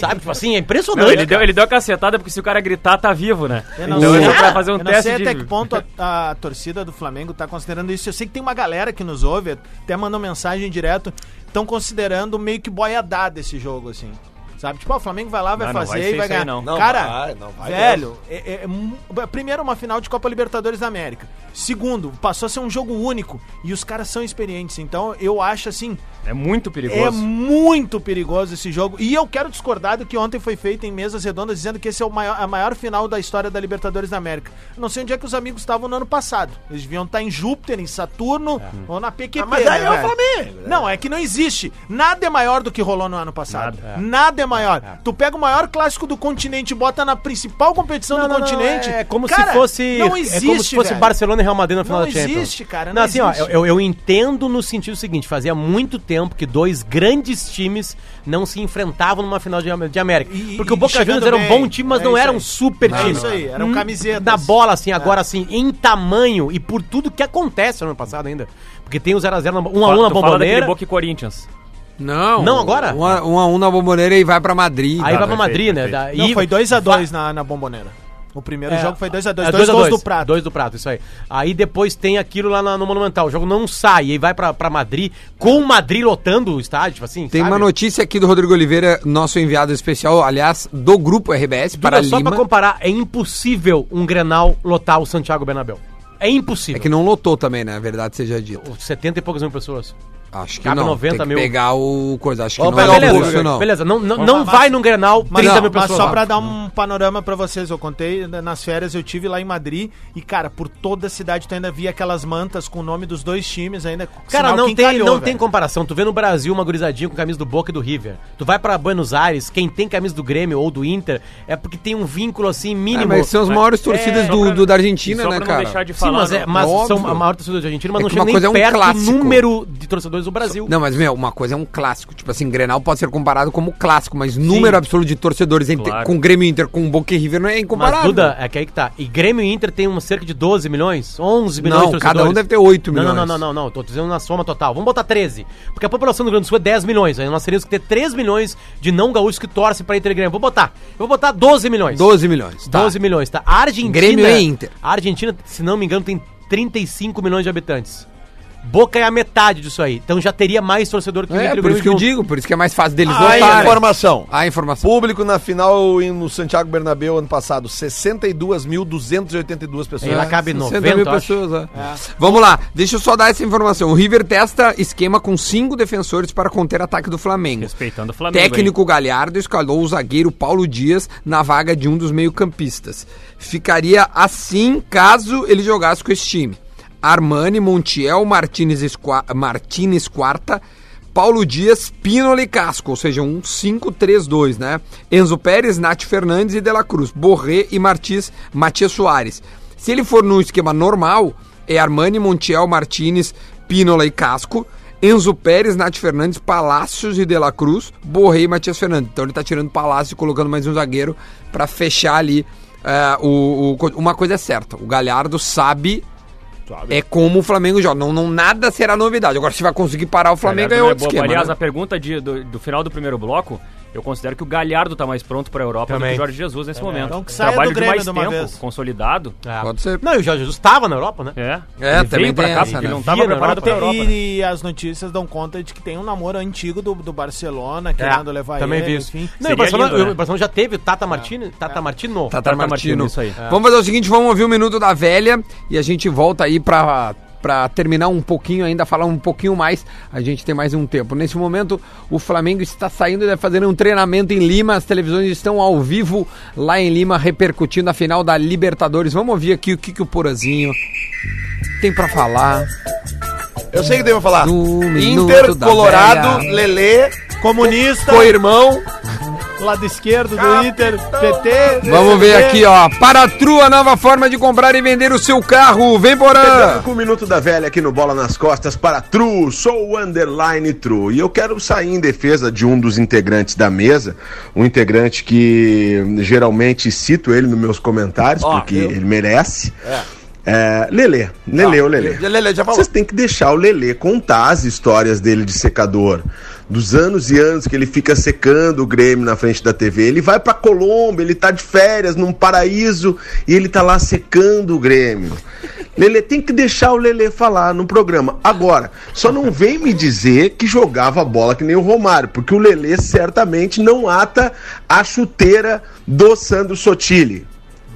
Sabe? Tipo assim, é impressionante.
Não, ele,
cara.
deu, ele deu a cacetada porque se o cara gritar, tá vivo, né?
Eu não
então
sei- Ah,
ele vai fazer um
eu não
teste
sei
de...
até que ponto a, a torcida do Flamengo tá considerando isso. Eu sei que tem uma galera que nos ouve, até mandou mensagem direto, estão considerando meio que boiadada esse jogo, assim. Sabe? Tipo, ó, o Flamengo vai lá, vai
Não, não
fazer
vai
e
ser
vai
isso aí,
ganhar.
não.
Não
Cara,
vai, não vai
velho, é- é- é mu- primeiro uma final de Copa Libertadores da América. Segundo, passou a ser um jogo único e os caras são experientes. Então, eu acho assim,
É muito perigoso.
é muito perigoso esse jogo. E eu quero discordar do que ontem foi feito em mesas redondas, dizendo que esse é o maior, a maior final da história da Libertadores da América. Não sei onde é que os amigos estavam no ano passado. Eles deviam estar em Júpiter, em Saturno ou na PQP.
mas aí é o
velho?
Flamengo, né?
Não, é que não existe. Nada é maior do que rolou no ano passado. Nada é, maior.
É.
Tu pega o maior clássico do continente e bota na principal competição
Não,
do
não, não,
continente.
É como
Cara,
se fosse.
Não
é como se
existe.
fosse
velho.
Barcelona e Real Madrid na final
Não
da Champions.
existe, cara,
Não,
não
assim, ó,
existe.
eu, eu entendo no sentido seguinte: fazia muito tempo que dois grandes times não se enfrentavam numa final de, de América.
E- e-
Porque o
e
Boca Juniors
chegando
era um
bem.
bom time, mas
É
não
isso
era
aí.
um super
Não,
time.
é isso aí, eram
Hum,
camisetas.
Na bola, assim, agora assim, em tamanho e por tudo que acontece no ano passado ainda. Porque tem o 0x0, na bo- 1x1 na
Tu fala daquele
bomboneira.
Boca e Corinthians.
Não.
Não, agora?
Um a um, a um na bomboneira e vai pra Madrid.
Aí
Ah,
vai pra
perfeito,
Madrid, né?
perfeito.
Da-
Não,
e-
foi 2x2 na, na Bomboneira. né? O primeiro
É,
jogo foi 2x2.
é,
Dois,
dois a
gols
dois.
do Prato.
Dois do Prato, isso aí. Aí depois tem aquilo lá na- no Monumental. O jogo não sai, e aí vai pra, pra Madrid, com o Madrid lotando o estádio, tipo assim.
Tem
sabe?
uma notícia aqui do Rodrigo Oliveira, nosso enviado especial, aliás, do grupo RBS
Duda,
para
só
Lima.
pra comparar, é impossível um Grenal lotar o Santiago Bernabéu. É impossível.
É que não lotou também, né? A verdade seja dita.
70 e poucas mil pessoas.
Acho que
Cabe
não.
90
Tem que
mil.
pegar o coisa. Acho que
Vamos
não é
pegar o
beleza,
o
Burger,
curso, não.
beleza. Não, não, não
Mas-
vai num Grenal 30
Mas,
não,
mil
mas
pessoas. Hum.
só pra dar um panorama pra vocês, eu contei né, nas férias, eu tive lá em Madrid e, cara, por toda a cidade tu ainda via aquelas mantas com o nome dos dois times ainda.
Cara,
sinal
não,
que
tem,
encalhou,
não
velho.
tem comparação. Tu vê no Brasil uma gurizadinha com camisa do Boca e do River. Tu vai pra Buenos Aires, quem tem camisa do Grêmio ou do Inter é porque tem um vínculo assim
É,
mínimo. É,
mas são as maiores torcidas
É, só
do,
pra-
do- da
E
Argentina,
só
né,
pra não
cara?
deixar de
Sim,
falar.
mas, é,
não.
mas
Óbvio.
são a maior torcida da Argentina, mas
É
não
que
chega
uma
nem
coisa é um
perto do
clássico.
número de torcedores do Brasil.
Não, mas, meu, uma coisa é um clássico. Tipo assim, Grenal pode ser comparado como clássico, mas número absoluto de torcedores entre-
Claro.
com o Grêmio Inter, com o Boca e River não é
Mas,
incomparável.
Duda, é que aí que tá. E Grêmio e Inter tem um cerca de 12 milhões, 11 milhões
Não, cada um deve ter 8
Não, Não,
milhões.
não, não, não, não. Tô dizendo na soma total. Vamos botar 13. Porque a população do Rio Grande do Sul é 10 milhões. Aí nós teríamos que ter 3 milhões de não gaúchos que torcem pra Inter e Grêmio. Vou botar. Eu vou botar 12 milhões.
12 milhões. Tá.
12 milhões, tá? A Argentina.
Grêmio e Inter.
A Argentina, se não me engano, tem 35 milhões de habitantes. Boca é a metade disso aí. Então já teria mais torcedor que
É,
e
por isso que eu
juntos.
digo, por isso que é mais fácil deles
Aí,
votarem.
informação.
A informação.
Público na final em- no Santiago Bernabéu ano passado, 62.282 pessoas.
Sei lá, cabe
60
90,
é, mil
eu acho.
pessoas, é. Vamos lá, deixa eu só dar essa informação. O River testa esquema com cinco defensores para conter ataque do Flamengo.
Respeitando o Flamengo. hein?
Técnico Galhardo escalou o zagueiro Paulo Dias na vaga de um dos meio-campistas. Ficaria assim caso ele jogasse com esse time. Armani, Montiel, Martinez, Esqua- Martinez Quarta, Paulo Dias, Pínola e Casco, ou seja, um 5-3-2, né? Enzo Pérez, Nath Fernandes e De La Cruz, Borré e Martins, Matias Soares. Se ele for num esquema normal, é Armani, Montiel, Martinez, Pínola e Casco. Enzo Pérez, Nath Fernandes, Palácios e De La Cruz, Borré e Matias Fernandes. Então ele tá tirando Palácio e colocando mais um zagueiro pra fechar ali eh, o, o co- Uma coisa é certa, o Galhardo sabe, é como o Flamengo joga. Não, não, nada será novidade. Agora se vai conseguir parar o Flamengo é
Galhardo não
outro
bobo.
esquema.
Aliás,
né?
a pergunta de- do, do final do primeiro bloco, eu considero que o Galhardo tá mais pronto pra Europa do
Também.
que o Jorge Jesus nesse momento.
Então que
Um
saia do
Trabalho de
Grêmio
mais
de uma
tempo,
vez. É.
consolidado.
Ah,
Pode ser.
Não, e o Jorge Jesus estava na Europa, né?
É,
É, também
veio pra
tem
cá
essa,
porque
né?
ele não tava
Via na
preparado pra
Europa.
Europa. né?
E, as notícias dão conta de que tem um namoro antigo do, do Barcelona,
É,
querendo levar
também
ele,
vi isso.
enfim.
Não, e
Seria
o Barcelona,
lindo, né?
o Barcelona já teve o Tata Martino. Tata Martino.
Tata
Tata
Tá, Martino.
Tá, Martino, isso aí.
Vamos fazer o seguinte, vamos ouvir o Minuto da Velha e a gente volta aí pra, pra terminar um pouquinho ainda, falar um pouquinho mais. A gente tem mais um tempo. Nesse momento, o Flamengo está saindo e vai fazer um treinamento em Lima. As televisões estão ao vivo lá em Lima, repercutindo a final da Libertadores. Vamos ouvir aqui o que, que o Porazinho tem pra falar.
Eu sei que devo falar.
No Um minuto
Inter,
da
Colorado,
velha.
Lelê,
Comunista,
co-irmão.
lado esquerdo do Inter, PT.
Vamos ver aqui, ó. Para a Trua, nova forma de comprar e vender o seu carro. Vem, Porã!
Com o Minuto da Velha aqui no Bola nas Costas para True, sou o Underline True. E eu quero sair em defesa de um dos integrantes da mesa, um integrante que geralmente cito ele nos meus comentários, porque ele merece. É, Lelê, Lelê, o Lelê.
Lelê, já falou.
Vocês têm que deixar o Lelê contar as histórias dele de secador. Dos anos e anos que ele fica secando o Grêmio na frente da TV. Ele vai pra Colômbia, ele tá de férias num paraíso e ele tá lá secando o Grêmio. Lelê tem que deixar o Lelê falar no programa. Agora, só não vem me dizer que jogava bola que nem o Romário, porque o Lelê certamente não ata a chuteira do Sandro Sotile.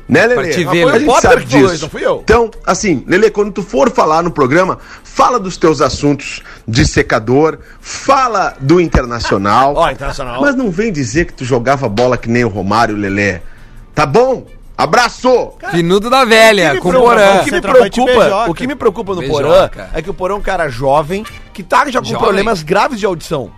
Né, Lelê?
Pra te ver,
Mas
Lelê.
a gente
Potter
sabe
que falou
disso.
isso, não fui eu.
Então, assim, Lele, quando tu for falar no programa, fala dos teus assuntos de secador, fala do internacional.
Ó, Internacional.
Mas não vem dizer que tu jogava bola que nem o Romário, Lelê. Tá bom? Abraço!
Minuto da Velha, com o Porã.
O que me
Centroavante
preocupa,
beijoca.
o que me preocupa no
Beijoca.
Porã é que o Porã é um cara jovem que tá já com
Jovem.
problemas graves de audição.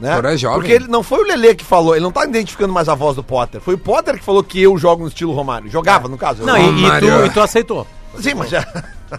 Né?
Porã é jovem.
Porque ele não foi o Lelê que falou, ele não tá identificando mais a voz do Potter. Foi o Potter que falou que eu jogo no estilo Romário.
É.
Jogava, no caso.
Não,
eu...
e, e tu,
Romário.
e tu aceitou.
Sim, mas é. já.
Tu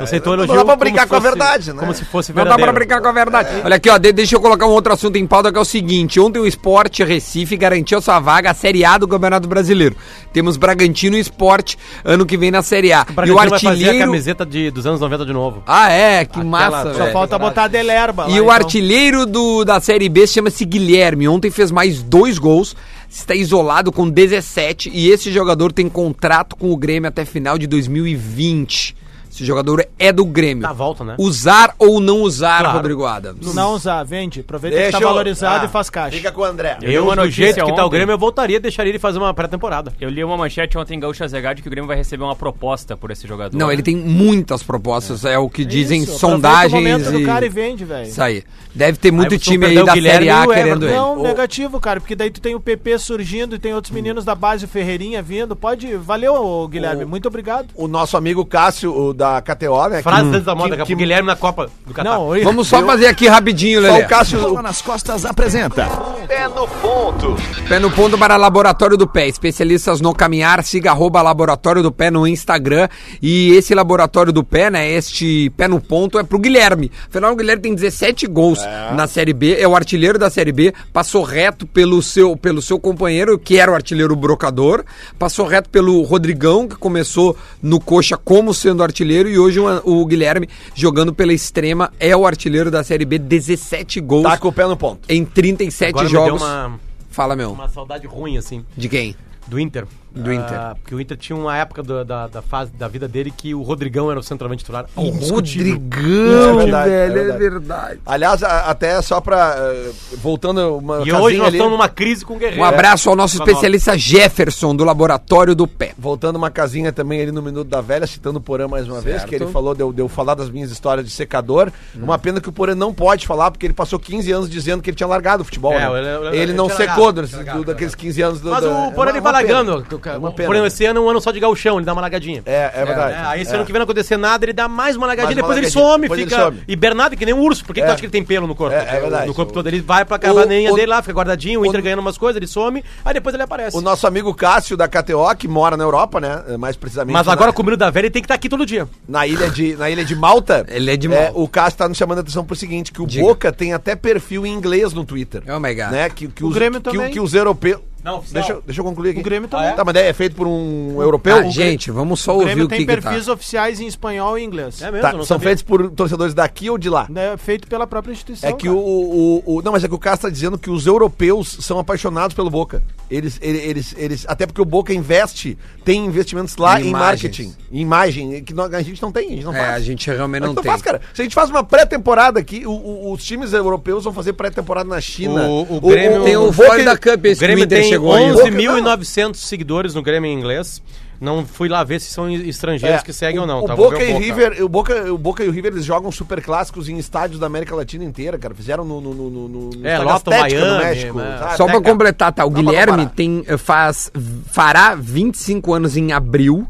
aceitou o
não
elogio.
dá pra
como
brincar
se
com a
fosse-
verdade, né?
Como se fosse
Não dá pra brincar com a verdade. Olha aqui, ó, de- deixa eu colocar um outro assunto em pauta que é o seguinte: ontem o Sport Recife garantiu sua vaga à Série A do Campeonato Brasileiro. Temos Bragantino e Sport ano que vem na Série A.
O
e o
Bragantino vai fazer a
artilheiro.
camiseta de, dos anos 90 de novo.
Ah, é, que massa,
Só
velho.
falta botar a Delerba. lá,
E o
então.
artilheiro do, da Série B chama-se Guilherme. Ontem fez mais dois gols, está isolado com 17 e esse jogador tem contrato com o Grêmio até final de 2020. Esse jogador é do Grêmio.
Tá, volta, né?
Usar ou não usar,
Claro.
Rodrigo Adams?
Não usar, vende. Aproveita que
Deixa
tá
eu-
valorizado
Ah,
e faz caixa.
Fica com o André.
Eu,
uma
mano, do jeito
notícia
que tá o
ontem.
Grêmio, eu voltaria e deixaria ele fazer uma pré-temporada.
Eu li uma manchete ontem em Gaúcha Zegad que o Grêmio vai receber uma proposta por esse jogador.
Não, ele tem muitas propostas, é, o que dizem
Isso,
sondagens.
Aproveita o momento
e...
do cara e vende, velho.
Isso aí. Deve ter muito
Aí vocês
time
vão
aí
perder o
da
Guilherme
Série A
e o
ah, querendo ele. Hum.
Não, negativo, cara, porque daí tu tem o PP surgindo e tem outros meninos da base, o Ferreirinha vindo. Pode. Valeu, ô, Guilherme.
O-
Muito obrigado.
O nosso amigo Cássio, o da KTO, né?
Frase
que-
antes da moda,
que-
daqui a pouco,
que-
Hum. Guilherme na Copa do Catar.
Não, oi.
Vamos só fazer aqui rapidinho,
Só
Lelê.
é.
o Cássio, o
nas costas apresenta. Pé no ponto.
Pé no ponto para Laboratório do Pé. Especialistas no caminhar, siga arroba Laboratório do Pé no Instagram. E esse Laboratório do Pé, né? Este pé no ponto é pro Guilherme. Afinal, o Guilherme tem 17 gols na Série B, é o artilheiro da Série B, passou reto pelo seu, pelo seu companheiro, que era o artilheiro brocador, passou reto pelo Rodrigão, que começou no Coxa como sendo artilheiro, e hoje o, o Guilherme, jogando pela extrema, é o artilheiro da Série B, 17 gols
tá com o pé no ponto.
em 37
Agora me deu
jogos.
uma,
Fala, meu.
uma saudade ruim, assim, é
De quem?
do Inter. Ah,
Do Inter.
Porque o Inter tinha uma época do- da, da fase da vida dele que o Rodrigão era o centroavante titular. Indiscutível.
Rodrigão,
É verdade,
velho,
é
é
verdade.
verdade.
Aliás, a- até só pra. eh, voltando uma
E
casinha
hoje nós
ali-
estamos numa crise com o Guerreiro.
É.
Um abraço ao nosso
Pra
especialista Jefferson, do Laboratório do Pé.
Voltando uma casinha também ali no Minuto da Velha, citando o Porã mais uma vez, que ele falou, deu, deu falar das minhas histórias de secador.
Hum.
Uma pena que o Porã não pode falar, porque ele passou 15 anos dizendo que ele tinha largado o futebol.
É,
né?
eu- eu- eu-
ele,
ele
não
tinha
secou
largado,
nesses-
largado, né?
do- daqueles 15 anos do.
Mas o
do- é
Porã
uma-
ele vai
uma pena.
largando.
É uma
O
pena.
Porã, esse ano é um ano só de galchão, ele dá uma lagadinha.
É, é verdade.
É, aí esse
É.
ano que vem não acontecer nada, ele dá mais uma lagadinha,
Mais uma
depois ele
lagadinha,
some,
depois ele
fica.
some.
E Bernardo, que nem um urso, por que, que
É.
tu acha que ele tem pelo no corpo?
É, é verdade.
No corpo todo, ele vai pra
O-
cavaninha
o-
dele lá, fica guardadinho, o Inter
o-
ganhando umas coisas, ele some, aí depois ele aparece.
O nosso amigo Cássio da KTO, que mora na Europa, né? Mais precisamente.
Mas
na-
agora com o Miro da Velha ele tem que estar aqui todo dia.
na ilha de, na ilha de Malta.
Ele é de Malta.
o Cássio tá nos chamando a atenção pro seguinte, que o
Diga.
Boca tem até perfil em inglês no Twitter.
Oh my God.
Né? Que, que
O
os,
Grêmio
que,
também.
que os europeus...
Não, oficial.
deixa, eu- deixa eu concluir aqui.
O Grêmio também.
Tá, mas daí é feito por um
Ah,
europeu? O
gente, vamos só
O
ouvir
Grêmio
o
tem
que, que tá.
perfis oficiais em espanhol e inglês.
É
É,
mesmo,
Tá,
não
são
sabia.
feitos por torcedores daqui ou de lá?
feito pela própria instituição.
É que o,
cara.
o, o- Não, mas é que o Cássio tá dizendo que os europeus são apaixonados pelo Boca. Eles, ele- eles, eles, Até porque o Boca investe, tem investimentos lá
Em
em
imagens.
marketing, em imagem, que nó- a gente não tem, a gente não
É,
faz.
a gente realmente não
Mas tu
tem.
faz, cara. Se a gente faz uma pré-temporada aqui, o- o- os times europeus vão fazer pré-temporada na China.
O- o Grêmio-
Tem o
Boca-
Florida Cup esse
o
que o
Grêmio
Inter
tem
chegou ainda.
11.900 seguidores no Grêmio em inglês. Não fui lá ver se são
é,
estrangeiros que seguem
o,
ou não.
O
tá? Vou
Boca é
ver
e River, o Boca, o Boca e o River eles jogam super clássicos em estádios da América Latina inteira, cara. Fizeram no no no, no, no no
É,
estádio
lotam
Azteca, no
Miami,
México. Ah,
né?
sabe?
Só
Até
pra
cá.
completar, tá? O
pra
Guilherme
comparar.
tem, eh, faz, fará 25 anos em abril,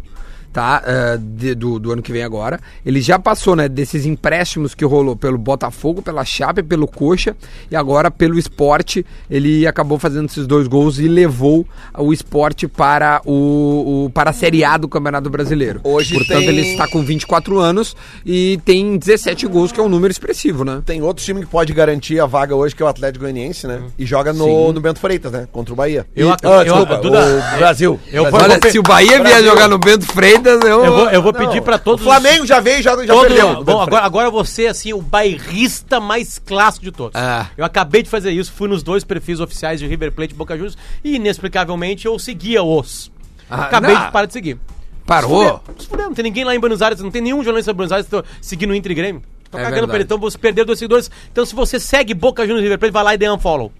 tá? Eh, de- do, do ano que vem agora. Ele já passou, né? Desses empréstimos que rolou pelo Botafogo, pela Chape, pelo Coxa e agora pelo Esporte. Ele acabou fazendo esses dois gols e levou o Esporte para, o, o- para a Série A do Campeonato Brasileiro.
Hoje
Portanto,
tem-
ele está com 24 anos e tem 17 gols, que é um número expressivo, né?
Tem outro time que pode garantir a vaga hoje, que é o Atlético Goianiense, né? E joga no, no Bento Freitas, né? Contra o Bahia.
Uhum. Eu
E-
ac-
Ah,
eu-
desculpa,
Duda,
o Brasil.
eu
Brasil.
vou-
Olha,
pe-
se o Bahia vier
Brasil.
jogar no Bento Freitas, eu...
Eu vou, eu vou pedir
Não,
pra todos
O
os-
Flamengo já veio e já, já
Todo-
perdeu.
Bom, agora, agora você, assim, o bairrista mais clássico de todos.
Ah.
Eu acabei de fazer isso, fui nos dois perfis oficiais de River Plate e Boca Juniors e, inexplicavelmente, eu seguia os.
Ah,
acabei
não.
de parar de seguir.
Parou?
Se fuder, não tem ninguém lá em Buenos Aires, não tem nenhum jornalista de Buenos Aires tô seguindo o Inter e Grêmio. Tô
É
cagando pra
verdade.
ele, então você perdeu dois seguidores. Então, se você segue Boca Juniors e River Plate, vai lá e dê unfollow.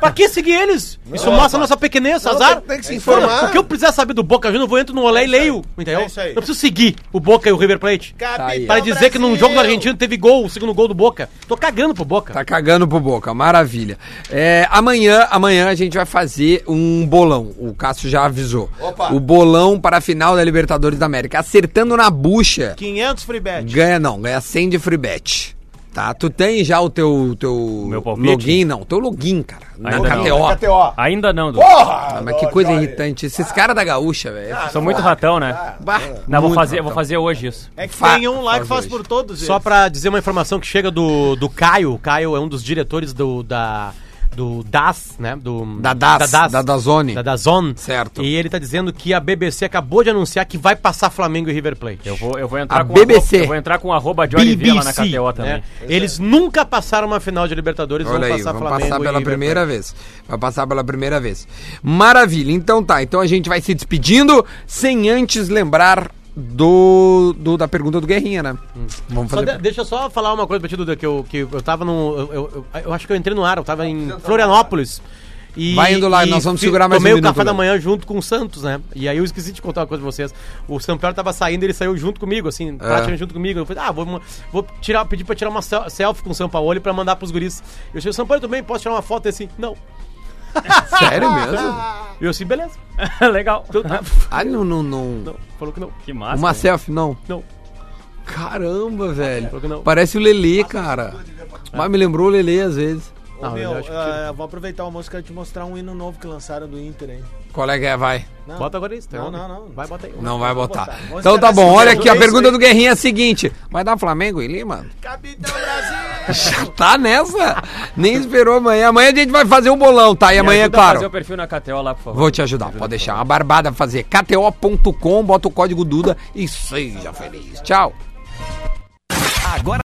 pra que seguir eles? Isso mostra a nossa pequenez,
Não,
azar.
tem- tem que se
É isso
informar.
aí. O que eu precisar saber do Boca Juniors, eu vou entro no Olé e leio. Entendeu?
É isso aí.
Eu preciso seguir o Boca e o River Plate.
Tá aí.
Para dizer que num jogo do Argentino teve gol, o segundo gol do Boca. Tô cagando pro Boca.
Tá cagando pro Boca, maravilha. É, amanhã, amanhã a gente vai fazer um bolão. O Cássio já avisou.
Opa.
O bolão para a final da Libertadores da América. Acertando na bucha,
500 free bet.
ganha não, ganha 100 de free bet. Tá? Tu tem já o teu, teu
Meu palpite?
login? Não, teu login, cara. Na
Ainda não. né?
KTO.
KTO.
Ah, Ainda não, Dudu.
Porra!
Ah, mas que coisa irritante. Esses caras da gaúcha, velho.
Sou muito ratão, né?
Bah,
Não, vou
muito
fazer, vou
ratão.
fazer hoje isso.
É que
Fa-
tem um lá que
faz
faz
hoje.
por todos
Só
eles.
pra dizer uma informação que chega do, do Caio. O Caio é um dos diretores do, da, do DAS, né? Do,
Da DAS, da Dazone.
Da DAZON.
Certo.
E ele tá dizendo que a BBC acabou de anunciar que vai passar Flamengo e River Plate.
Eu vou, eu vou entrar
A
com
BBC.
arroba- eu vou entrar com arroba de Oliveira lá na KTO também.
né? Eles nunca passaram uma final de Libertadores,
é. Olha aí, vamos passar
e
pela
River
primeira
Plate.
vez. Vai passar pela primeira vez. Maravilha. Então tá, então a gente vai se despedindo sem antes lembrar do, do- da pergunta do Guerrinha, né? Vamos
Hum. Só
fazer.
de- deixa eu só falar uma coisa pra ti, Duda, que eu, que eu tava no. Eu, eu- eu- eu acho que eu entrei no ar, eu tava em Florianópolis. E,
Vai indo lá,
e
nós vamos
fi-
segurar mais um
Tomei o
minuto,
café da
Duda.
manhã junto com o Santos, né? E aí eu esqueci de contar uma coisa pra vocês. O Sampaio tava saindo, ele saiu junto comigo, assim,
É.
praticamente junto comigo. Eu falei, ah, vou, vou tirar, pedir pra tirar uma sel- selfie com o Sampaoli pra mandar pros guris. Eu falei, Sampaio, tudo bem? Posso tirar uma foto? Ele assim, não.
[laughs] Sério
Ah!
mesmo?
E eu assim, beleza.
[laughs] Legal.
Então tá.
ah, não, não, não.
Não, falou que não.
Que massa.
Uma
né?
selfie, não.
Não.
Caramba, velho.
Falou que não. É.
Parece o Lelê, cara. Mas me lembrou o Lelê às vezes.
Ô,
Ah,
meu,
eu acho que-
ah, vou aproveitar o almoço e quero te mostrar um hino novo que lançaram do Inter aí.
Qual é que é? Vai.
Não,
Bota agora isso, tá?
Não, não, não.
Vai, bota aí.
Não vai
vou
botar.
Então, botar. Vou
Então tá
esperar
bom,
esse
olha
jogo.
aqui, a
É isso
pergunta
aí.
do Guerrinha é a seguinte. Vai dar Flamengo em Lima?
Capitão Brasil!
Já tá nessa? Nem esperou amanhã. Amanhã a gente vai fazer um bolão, tá? E
Me
amanhã,
ajuda a
claro.
fazer o perfil na KTO lá, por favor.
Vou te ajudar, pode deixar. Uma barbada pra fazer. KTO.com, bota o código Duda e seja feliz. Tchau.
Agora